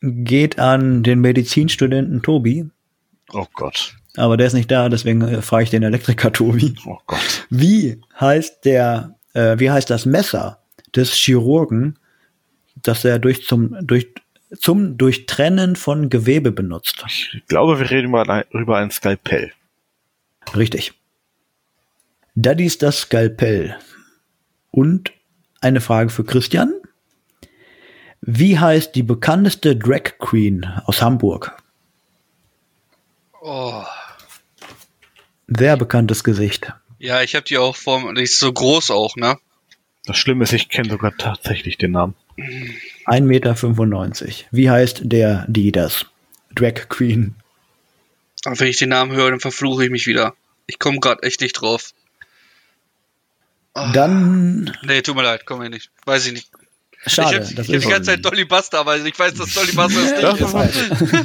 S3: geht an den Medizinstudenten Tobi,
S2: Oh Gott.
S3: aber der ist nicht da, deswegen äh, frage ich den Elektriker Tobi.
S2: Oh Gott.
S3: Wie heißt der, äh, wie heißt das Messer des Chirurgen, das er durch zum, durch, zum Durchtrennen von Gewebe benutzt?
S2: Ich glaube, wir reden mal über ein Skalpell.
S3: Richtig. Daddies das Skalpell. Und eine Frage für Christian. Wie heißt die bekannteste Drag Queen aus Hamburg?
S1: Oh.
S3: Sehr bekanntes Gesicht.
S1: Ja, ich habe die auch vom, die ist so groß auch, ne?
S2: Das Schlimme ist, ich kenne sogar tatsächlich den Namen.
S3: 1,95 Meter. Wie heißt der, die das? Drag Queen.
S1: Und wenn ich den Namen höre, dann verfluche ich mich wieder. Ich komme gerade echt nicht drauf. Ah.
S3: Dann,
S1: Nee, tut mir leid, komm mir nicht. Weiß ich nicht.
S3: schade.
S1: ich hab, ich
S3: das
S1: hab
S3: ist
S1: die ganze Zeit Dolly Buster, aber ich weiß, dass Dolly
S3: [laughs]
S1: Buster es
S2: Das
S1: nicht ist.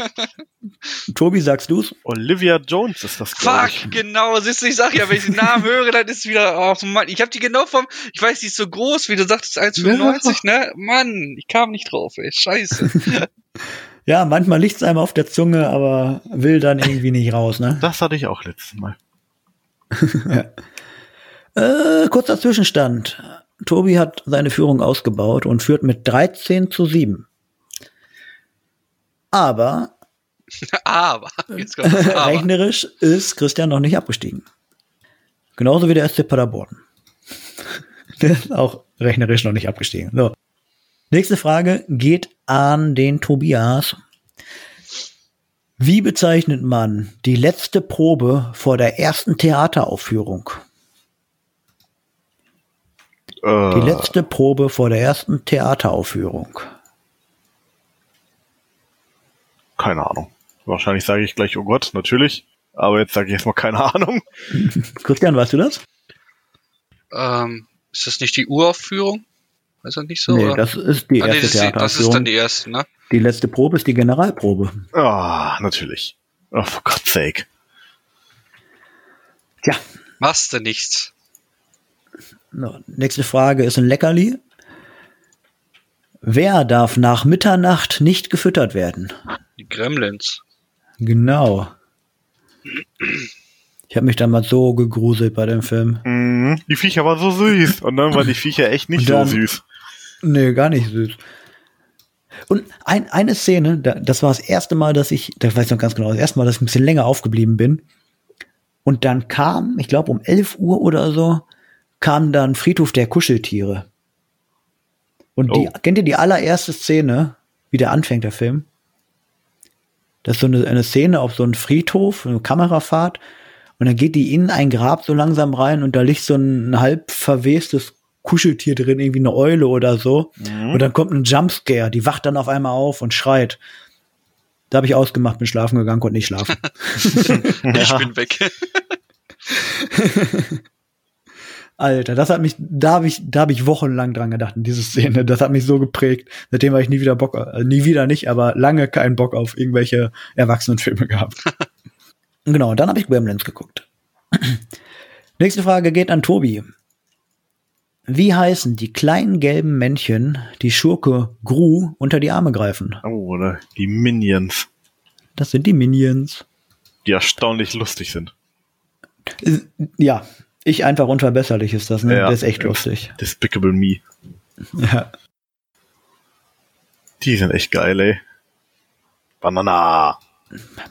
S2: ist
S3: Tobi, sagst du's?
S2: Olivia Jones ist das, glaube ich.
S1: Fuck, genau, siehst du, ich sag ja, wenn ich den
S3: [laughs]
S1: Namen höre, dann ist wieder, ach Mann, ich hab die genau vom, ich weiß, die ist so groß, wie du sagtest, 1,95, ne? Mann, ich kam nicht drauf, ey,
S3: [laughs]
S1: scheiße.
S3: Ja, manchmal liegt's einem auf der Zunge, aber will dann irgendwie nicht raus, ne?
S2: Das hatte ich auch letztes Mal.
S3: Äh, kurzer Zwischenstand. Tobi hat seine Führung ausgebaut und führt mit 13 zu 7. Aber [laughs]
S1: aber, jetzt kommt
S3: Äh,
S1: das aber.
S3: rechnerisch ist Christian noch nicht abgestiegen. Genauso wie der SC Paderborn. [laughs] der ist auch rechnerisch noch nicht abgestiegen. So. Nächste Frage geht an den Tobias. Wie bezeichnet man die letzte Probe vor der ersten Theateraufführung?
S2: Äh,
S3: Die letzte Probe vor der ersten Theateraufführung.
S2: keine Ahnung. Wahrscheinlich sage ich gleich, oh Gott, natürlich. Aber jetzt sage ich erstmal keine Ahnung.
S3: Christian, weißt du das?
S1: Ähm, ist das nicht die Uraufführung? Weiß das nicht so,
S3: nee,
S1: oder?
S3: das ist die
S1: ah, nee,
S3: erste
S1: das, ist die, das ist
S3: Theateraufführung.
S1: dann
S3: die,
S1: die erste, ne?
S3: letzte Probe ist die Generalprobe.
S2: Ah, natürlich. Oh, for God's sake.
S3: Tja,
S1: Machst du nichts.
S3: no, nächste Frage ist ein Leckerli. Wer darf nach Mitternacht nicht gefüttert werden?
S1: Die Gremlins.
S3: Genau. Ich habe mich damals so gegruselt bei dem Film.
S2: Mhm, die Viecher waren so süß. Und dann waren die Viecher echt nicht
S3: Und dann-
S2: so süß.
S3: Nee, gar nicht süß. Und ein, eine Szene, da, das war das erste Mal, dass ich, das weiß ich noch ganz genau, das erste Mal, dass ich ein bisschen länger aufgeblieben bin. Und dann kam, ich glaube um 11 Uhr oder so, kam dann Friedhof der Kuscheltiere. Und die,
S2: Oh.
S3: kennt ihr die allererste Szene, wie der anfängt, der Film? Das ist so eine, eine Szene auf so einem Friedhof, eine Kamerafahrt. Und dann geht die in ein Grab so langsam rein und da liegt so ein halb verwestes Kuscheltier drin, irgendwie eine Eule oder so. Und dann kommt ein Jumpscare, die wacht dann auf einmal auf und schreit. Da habe ich ausgemacht, bin schlafen gegangen, konnte nicht schlafen.
S1: Ich bin weg. [laughs]
S3: Alter, das hat mich, da habe ich, da habe ich wochenlang dran gedacht, in diese Szene. Das hat mich so geprägt. Seitdem habe ich nie wieder Bock, äh, nie wieder nicht, aber lange keinen Bock auf irgendwelche Erwachsenenfilme gehabt. genau, dann habe ich Gremlins geguckt. [clears throat] Nächste Frage geht an Tobi. Wie heißen die kleinen gelben Männchen, die Schurke Gru unter die Arme greifen?
S2: Oh, ne? Die Minions,
S3: Das sind die Minions.
S2: die erstaunlich lustig sind.
S3: Ja, Ich einfach unverbesserlich ist das, ne?
S2: Ja.
S3: Der ist echt lustig.
S2: Despicable Me.
S3: Ja.
S2: Die sind echt geil, ey. Banana.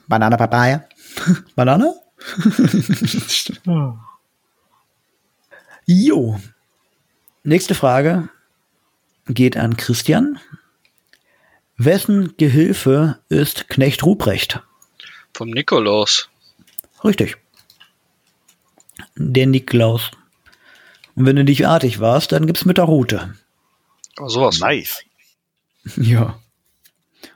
S3: Banane Papaya. [laughs] Banane? jo. Nächste Frage geht an Christian. Wessen Gehilfe ist Knecht Ruprecht?
S1: Vom Nikolaus.
S3: Richtig. Der Niklaus. Und wenn du nicht artig warst, dann gibt's mit der Rute.
S1: Aber sowas.
S3: [laughs]
S2: Nice.
S3: Ja.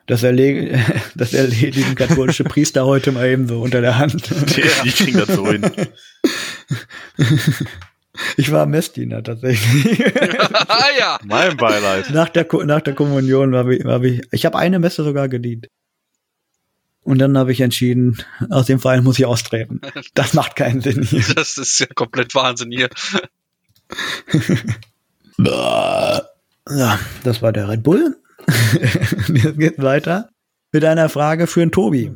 S3: Das, erle [laughs] das erledigen katholische Priester heute mal eben so unter der Hand.
S2: Die, die kriegen das so hin.
S3: Ich war Messdiener tatsächlich.
S1: [laughs] ah ja.
S2: Mein Beileid.
S3: Nach der, Ko- nach der Kommunion habe ich, hab ich, ich habe eine Messe sogar gedient. Und dann habe ich entschieden, aus dem Verein muss ich austreten. Das macht keinen Sinn hier.
S1: Das ist ja komplett Wahnsinn hier.
S3: So, das war der Red Bull. [laughs] Jetzt geht's weiter mit einer Frage für den Tobi.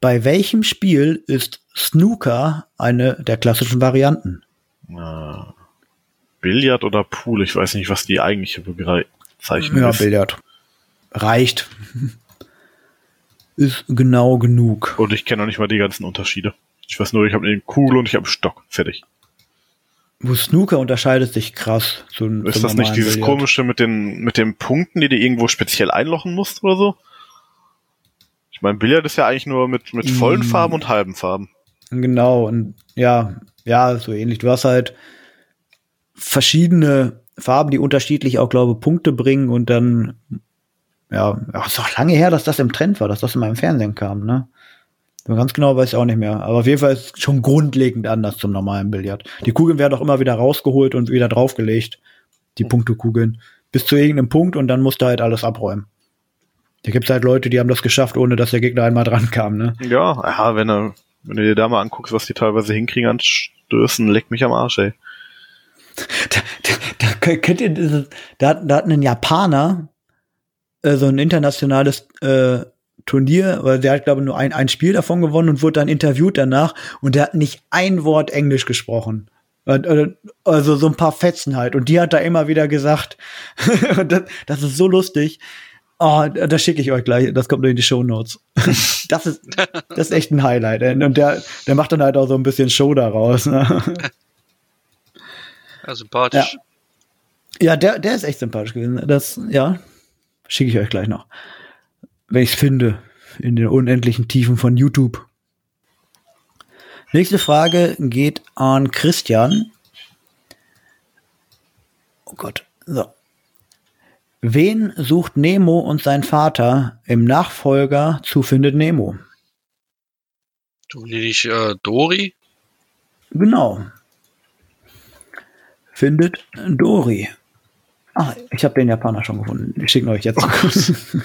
S3: Bei welchem Spiel ist Snooker eine der klassischen Varianten?
S2: Ah. Billard oder Pool, ich weiß nicht, was die eigentliche Bezeichnung ist.
S3: Billard. Reicht. Ist genau genug.
S2: Und ich kenne noch nicht mal die ganzen Unterschiede. Ich weiß nur, ich habe eine Kugel und ich habe einen Stock. Fertig.
S3: Wo Snooker unterscheidet sich krass zu
S2: Ist das nicht dieses komische mit den, mit den Punkten, die du irgendwo speziell einlochen musst oder so? Ich meine, Billard ist ja eigentlich nur mit, mit vollen
S3: Mm.
S2: Farben und halben Farben.
S3: Genau, und ja, ja, so ähnlich. Du hast halt verschiedene Farben, die unterschiedlich auch, glaube Punkte bringen und dann, ja, ach, ist auch lange her, dass das im Trend war, dass das in meinem Fernsehen kam, ne? So Ganz genau weiß ich auch nicht mehr. Aber auf jeden Fall ist es schon grundlegend anders zum normalen Billard. Die Kugeln werden auch immer wieder rausgeholt und wieder draufgelegt. Die Punktekugeln. Bis zu irgendeinem Punkt und dann musst du halt alles abräumen. Da gibt's halt Leute, die haben das geschafft, ohne dass der Gegner einmal dran kam, ne?
S2: Ja, ja wenn, du, wenn du dir da mal anguckst, was die teilweise hinkriegen an Stößen, leck mich am Arsch, ey.
S3: da, da, da könnt ihr dieses, da, hat- da hat ein Japaner äh, so ein internationales äh, Turnier, oder der hat, glaube ich, nur ein, ein Spiel davon gewonnen und wurde dann interviewt danach und der hat nicht ein Wort Englisch gesprochen. Und, äh, Also so ein paar Fetzen halt. Und die hat da immer wieder gesagt, [laughs] und das, das ist so lustig. Oh, das schicke ich euch gleich. Das kommt nur in die Shownotes. [laughs] Das ist, das ist echt ein Highlight. ey. Und der, der macht dann halt auch so ein bisschen Show daraus. Ne?
S1: Ja, sympathisch.
S3: Ja. Ja, der, der ist echt sympathisch gewesen. Das, ja, schicke ich euch gleich noch. Wenn ich es finde, in den unendlichen Tiefen von YouTube. Nächste Frage geht an Christian. Oh Gott, so. Wen sucht Nemo und sein Vater im Nachfolger zu Findet Nemo?
S1: Du nicht äh, Dori?
S3: Genau. Findet Dori. Ach, ich habe den Japaner schon gefunden. Wir schicken euch jetzt. [laughs]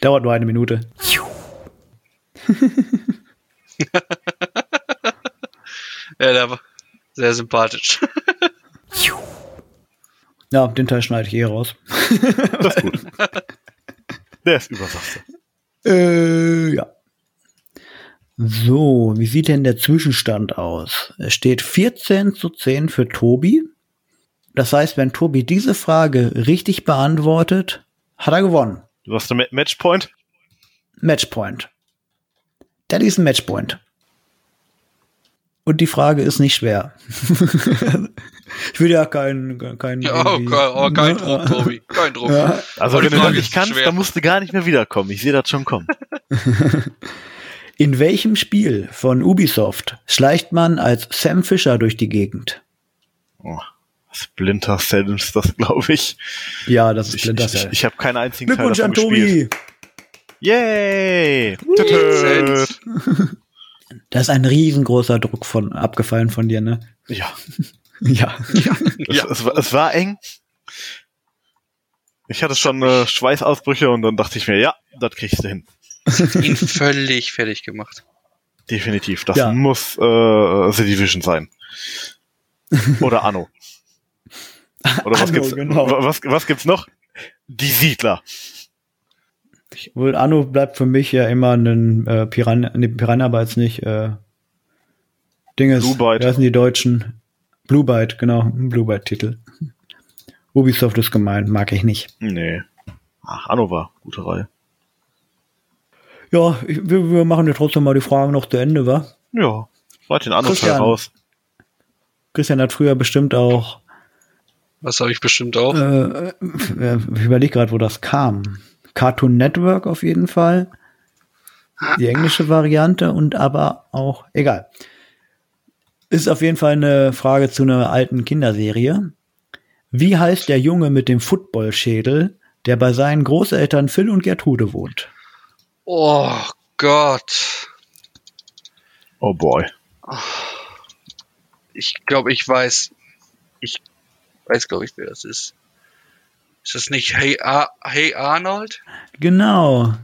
S3: Dauert nur eine Minute.
S1: Ja, der war sehr
S3: [laughs]
S1: sympathisch.
S3: Ja, den Teil schneide ich eh raus.
S2: Das
S1: [laughs]
S2: ist gut. Der ist übersachte.
S3: Äh, ja. So, wie sieht denn der Zwischenstand aus? Es steht 14 zu 10 für Tobi. Das heißt, wenn Tobi diese Frage richtig beantwortet, hat er gewonnen.
S2: Du hast einen Ma- Matchpoint?
S3: Matchpoint. Das ist ein Matchpoint. Und die Frage ist nicht schwer. [laughs] ich will ja keinen. keinen
S1: Ja, oh,
S3: irgendwie- ne?
S1: kein, oh, kein Druck, Tobi. Kein Druck.
S3: Ja.
S2: Also
S1: Aber die
S2: wenn du
S1: Frage
S2: das nicht
S1: ist
S2: kannst,
S1: schwer.
S2: dann musst du gar nicht mehr wiederkommen. Ich sehe das schon kommen.
S3: In welchem Spiel von Ubisoft schleicht man als Sam Fischer durch die Gegend?
S2: Oh, Splinter Cell ist das, glaube ich.
S3: Ja, das
S2: Ich,
S3: ist
S2: ich,
S3: Splinter
S2: ich, halt
S3: Cell.
S2: ich habe keinen einzigen Teil
S3: Glückwunsch
S2: davon
S3: an
S2: gespielt.
S3: Tobi!
S2: Yay!
S1: Sense.
S3: Da ist ein riesengroßer Druck von abgefallen von dir, ne?
S2: Ja,
S3: Ja.
S2: es, Es, war, es war eng. Ich hatte schon äh, Schweißausbrüche und dann dachte ich mir, ja, das kriegst du hin.
S1: Ihn völlig fertig gemacht.
S2: Definitiv. Das
S3: Ja.
S2: muss äh, The Division sein. Oder
S3: [laughs]
S2: Anno. Oder was
S3: Anno,
S2: gibt's,
S3: genau.
S2: wa- was, was gibt's noch? Die Siedler.
S3: Wohl Anno bleibt für mich ja immer ein äh, Piranha, nee, Piranha war jetzt nicht, äh, Ding ist,
S2: Blue Byte.
S3: wie heißen die Deutschen? Blue Byte, genau, ein Blue Byte-Titel. Ubisoft ist gemeint, mag ich nicht.
S2: Nee. Ach, Anova, gute Reihe.
S3: Ja, ich, wir, wir machen ja trotzdem mal die Fragen noch zu Ende, wa?
S2: Ja. Leute, den anderen Teil
S3: Christian.
S2: raus.
S3: Christian hat früher bestimmt auch,
S1: Was habe ich bestimmt auch.
S3: äh, äh, ich überlege gerade, wo das kam. Cartoon Network auf jeden Fall. Die englische Variante und aber auch, egal. Ist auf jeden Fall eine Frage zu einer alten Kinderserie. Wie heißt der Junge mit dem Footballschädel, der bei seinen Großeltern Phil und Gertrude wohnt?
S1: Oh Gott.
S2: Oh boy.
S1: Ich glaube, ich weiß. Ich weiß, glaube ich, wer das ist. Ist das nicht Hey, Ar hey Arnold?
S3: Genau.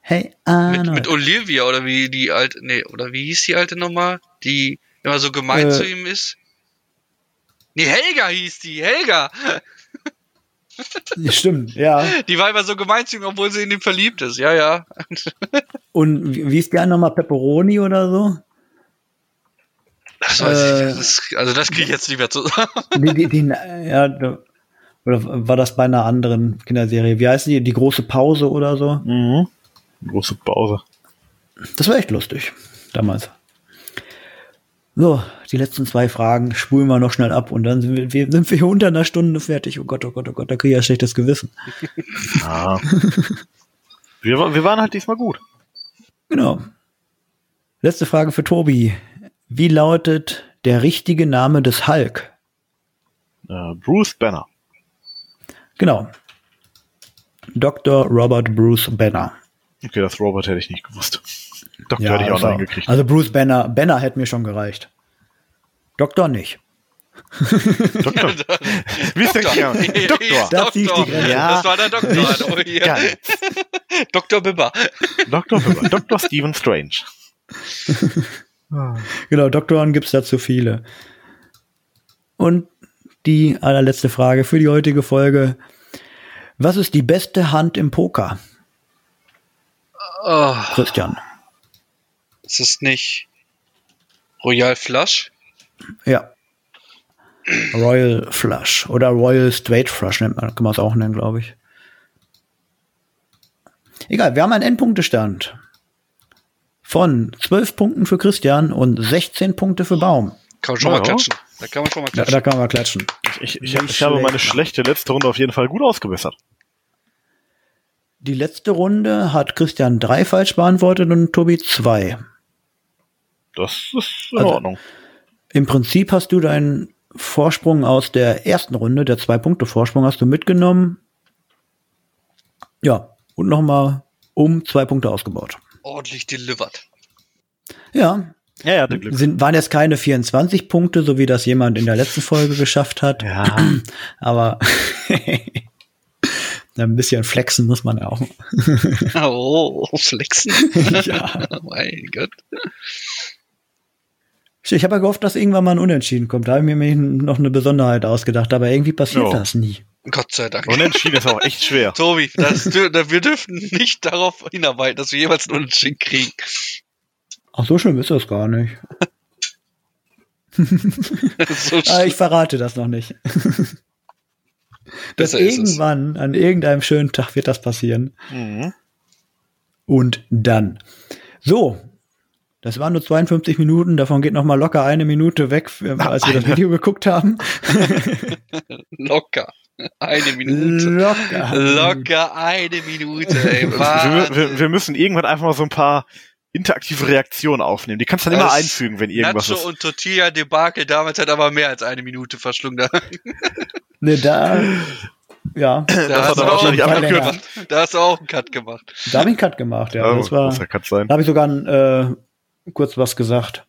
S3: Hey, Arnold.
S1: Mit, mit Olivia oder wie die alte, nee, oder wie hieß die alte nochmal? Die immer so gemein
S3: Äh.
S1: zu ihm ist? Nee, Helga hieß die, Helga!
S3: Ja, Stimmt, ja.
S1: Die war immer so gemein zu ihm, obwohl sie in ihn verliebt ist, ja, ja.
S3: Und wie wie ist die nochmal? Pepperoni oder so?
S1: Das weiß
S3: Äh.
S1: ich, das ist, also das kriege ich jetzt nicht mehr [laughs] zusammen.
S3: Die, die, die, ja, da- oder war das bei einer anderen Kinderserie? Wie heißt die? Die große Pause oder so?
S2: Mhm. Große Pause.
S3: Das war echt lustig damals. So, die letzten zwei Fragen spulen wir noch schnell ab und dann sind wir, wir sind wir unter einer Stunde fertig. Oh Gott, oh Gott, oh Gott, da kriege ich ja schlechtes Gewissen. [laughs]
S2: Ah. wir, wa- wir waren halt diesmal gut.
S3: Genau. Letzte Frage für Tobi. Wie lautet der richtige Name des Hulk?
S2: Äh, Bruce Banner.
S3: Genau. Dr. Robert Bruce Banner.
S2: Okay, das Robert hätte ich nicht gewusst. Doktor
S3: Ja,
S2: hätte ich auch
S3: das
S2: noch
S3: war-
S2: hingekriegt.
S3: Also Bruce Banner, Banner hätte mir schon gereicht. Doktor nicht.
S1: [laughs]
S2: Doktor. Wie ist der Kerl? Doktor.
S3: Da ziehe ich die Grenze.
S2: Ja.
S1: Das war der Doktor. hallo, hier.
S2: Geil.
S1: Dr. Bibber.
S2: Doktor, Wimmer. Doktor Stephen Strange.
S3: Genau, Doktoren gibt es da zu viele. Und die allerletzte Frage für die heutige Folge. Was ist die beste Hand im Poker,
S1: Oh,
S3: Christian?
S1: ist es nicht Royal Flush?
S3: Ja. Royal Flush oder Royal Straight Flush nennt man, kann man es auch nennen, glaube ich. Egal, wir haben einen Endpunktestand von 12 Punkten für Christian und 16 Punkte für Baum.
S1: Kann man schon
S2: Ja.
S1: mal klatschen. Da kann man schon mal
S3: Da,
S1: klatschen.
S3: da kann man klatschen.
S2: Ich, ich,
S3: Nicht
S2: ich habe meine
S3: schlecht.
S2: schlechte letzte Runde auf jeden Fall gut ausgebessert.
S3: Die letzte Runde hat Christian drei falsch beantwortet und Tobi zwei.
S2: Das ist in
S3: Also-
S2: Ordnung.
S3: Im Prinzip hast du deinen Vorsprung aus der ersten Runde, der zwei Punkte Vorsprung, hast du mitgenommen. Ja, und nochmal um zwei Punkte ausgebaut.
S1: Ordentlich delivered. [laughs]
S3: Ja,
S2: Ja, ja, hatte Glück.
S3: sind, waren jetzt keine 24 Punkte, so wie das jemand in der letzten Folge geschafft hat.
S2: Ja,
S3: Aber [laughs] ein bisschen flexen muss man ja auch.
S1: Oh, flexen.
S3: [laughs]
S1: Oh
S3: Ja.
S1: mein Gott.
S3: Ich habe ja gehofft, dass irgendwann mal ein Unentschieden kommt. Da habe ich mir noch eine Besonderheit ausgedacht, aber irgendwie passiert
S2: Ja.
S3: das nie.
S1: Gott sei Dank.
S2: unentschieden ist auch echt schwer.
S1: Tobi, das, dür- da- wir dürften nicht darauf hinarbeiten, dass wir jeweils einen Unentschieden kriegen.
S3: Ach, so schlimm ist das gar nicht.
S1: So
S3: Ah, ich verrate das
S1: [laughs]
S3: noch nicht. Dass
S1: Besser ist es.
S3: irgendwann, an irgendeinem schönen Tag wird das passieren.
S2: Mhm.
S3: Und dann. So. Das waren nur 52 Minuten, davon geht noch mal locker eine Minute weg, äh,
S1: Ah,
S3: als wir das Video geguckt haben.
S1: locker. Eine Minute.
S3: Locker.
S1: Locker eine Minute, ey.
S2: Wir,
S1: Wahnsinn.
S2: wir, wir müssen irgendwann einfach mal so ein paar interaktive Reaktionen aufnehmen. Die kannst du dann immer
S1: Das-
S2: einfügen, wenn irgendwas
S1: Nacho
S2: ist.
S1: und Tortilla Debakel damals hat aber mehr als eine Minute verschlungen. Da,
S3: Ne, da, ja,
S1: da hast
S2: hat
S1: du
S2: er
S1: auch einen
S2: wahrscheinlich
S1: Cut
S3: abgekürzt.
S1: gemacht. Da hast du auch einen Cut gemacht.
S3: [laughs] da habe ich einen Cut gemacht, ja.
S2: Oh,
S3: das war,
S2: muss ja Katz sein.
S3: da habe ich sogar äh, kurz was gesagt.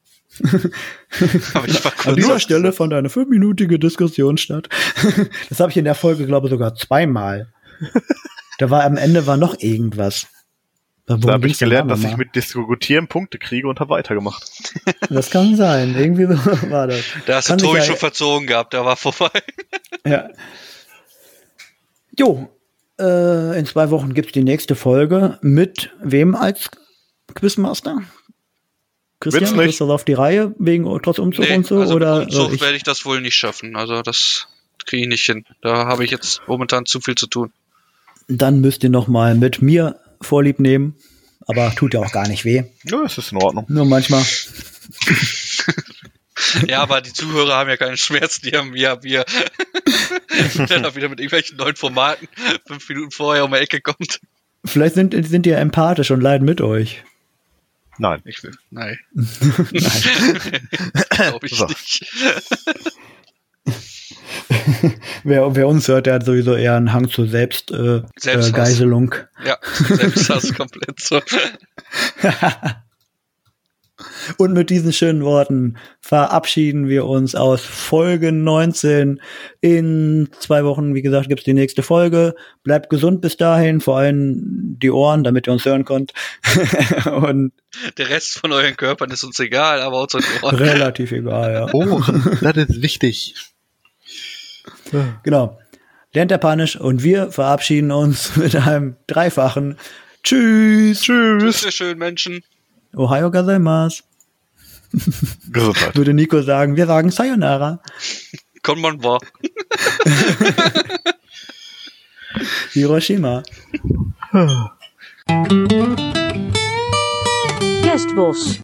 S1: Aber ich war
S3: An
S1: kurz.
S3: dieser Stelle fand eine fünfminütige Diskussion statt. [laughs] Das habe ich in der Folge, glaube ich, sogar zweimal. Da war am Ende war noch irgendwas.
S2: Da
S3: Worum
S2: habe ich
S3: ging's denn
S2: gelernt,
S3: da
S2: dass ich
S3: nochmal?
S2: mit Diskutieren Punkte kriege und habe weitergemacht.
S3: Das kann sein. Irgendwie so [laughs] war das.
S1: Da hast du
S3: Kann sich
S1: Tobi
S3: ja-
S1: schon verzogen gehabt, da war
S3: [laughs]
S1: vorbei.
S3: Ja. Jo, äh, in zwei Wochen gibt's die nächste Folge mit wem als Quizmaster? Christian,
S2: nicht.
S3: kriegst du das auf die Reihe wegen trotz Umzug
S1: Nee,
S3: und so?
S1: also
S3: oder
S1: mit Umzug
S3: äh, ich,
S1: werde ich das wohl nicht schaffen. Also das kriege ich nicht hin. Da habe ich jetzt momentan zu viel zu tun.
S3: dann müsst ihr noch mal mit mir Vorlieb nehmen. Aber tut ja auch gar nicht weh.
S2: Ja, es ist in Ordnung.
S3: Nur manchmal.
S1: Ja, aber die Zuhörer haben ja keinen Schmerz, die haben [laughs] ja wir. Der da wieder mit irgendwelchen neuen Formaten fünf Minuten vorher um die Ecke kommt.
S3: Vielleicht sind, sind die ja empathisch und leiden mit euch.
S2: Nein.
S1: Ich will. Nein.
S3: Nein.
S1: Glaube ich
S2: So.
S1: nicht.
S3: wer, wer uns hört, der hat sowieso eher einen Hang zur Selbst, äh,
S1: Selbsthass.
S3: äh, Geiselung.
S1: Ja, selbst das komplett so.
S3: Und mit diesen schönen Worten verabschieden wir uns aus Folge 19. In zwei Wochen, wie gesagt, gibt's die nächste Folge. Bleibt gesund bis dahin, vor allem die Ohren, damit ihr uns hören könnt. [laughs] Und
S1: Der Rest von euren Körpern ist uns egal, aber unsere Ohren.
S3: relativ egal, ja.
S2: [laughs] Oh, das ist wichtig.
S3: Genau. Lernt Japanisch und wir verabschieden uns [laughs] mit einem dreifachen Tschüss.
S1: Tschüss,
S2: Tschüss.
S1: ihr schönen Menschen.
S3: Ohio gozaimasu.
S2: Gesundheit.
S3: Würde Nico sagen, wir sagen Sayonara.
S1: Konbanwa.
S3: Hiroshima.
S4: Guestbus.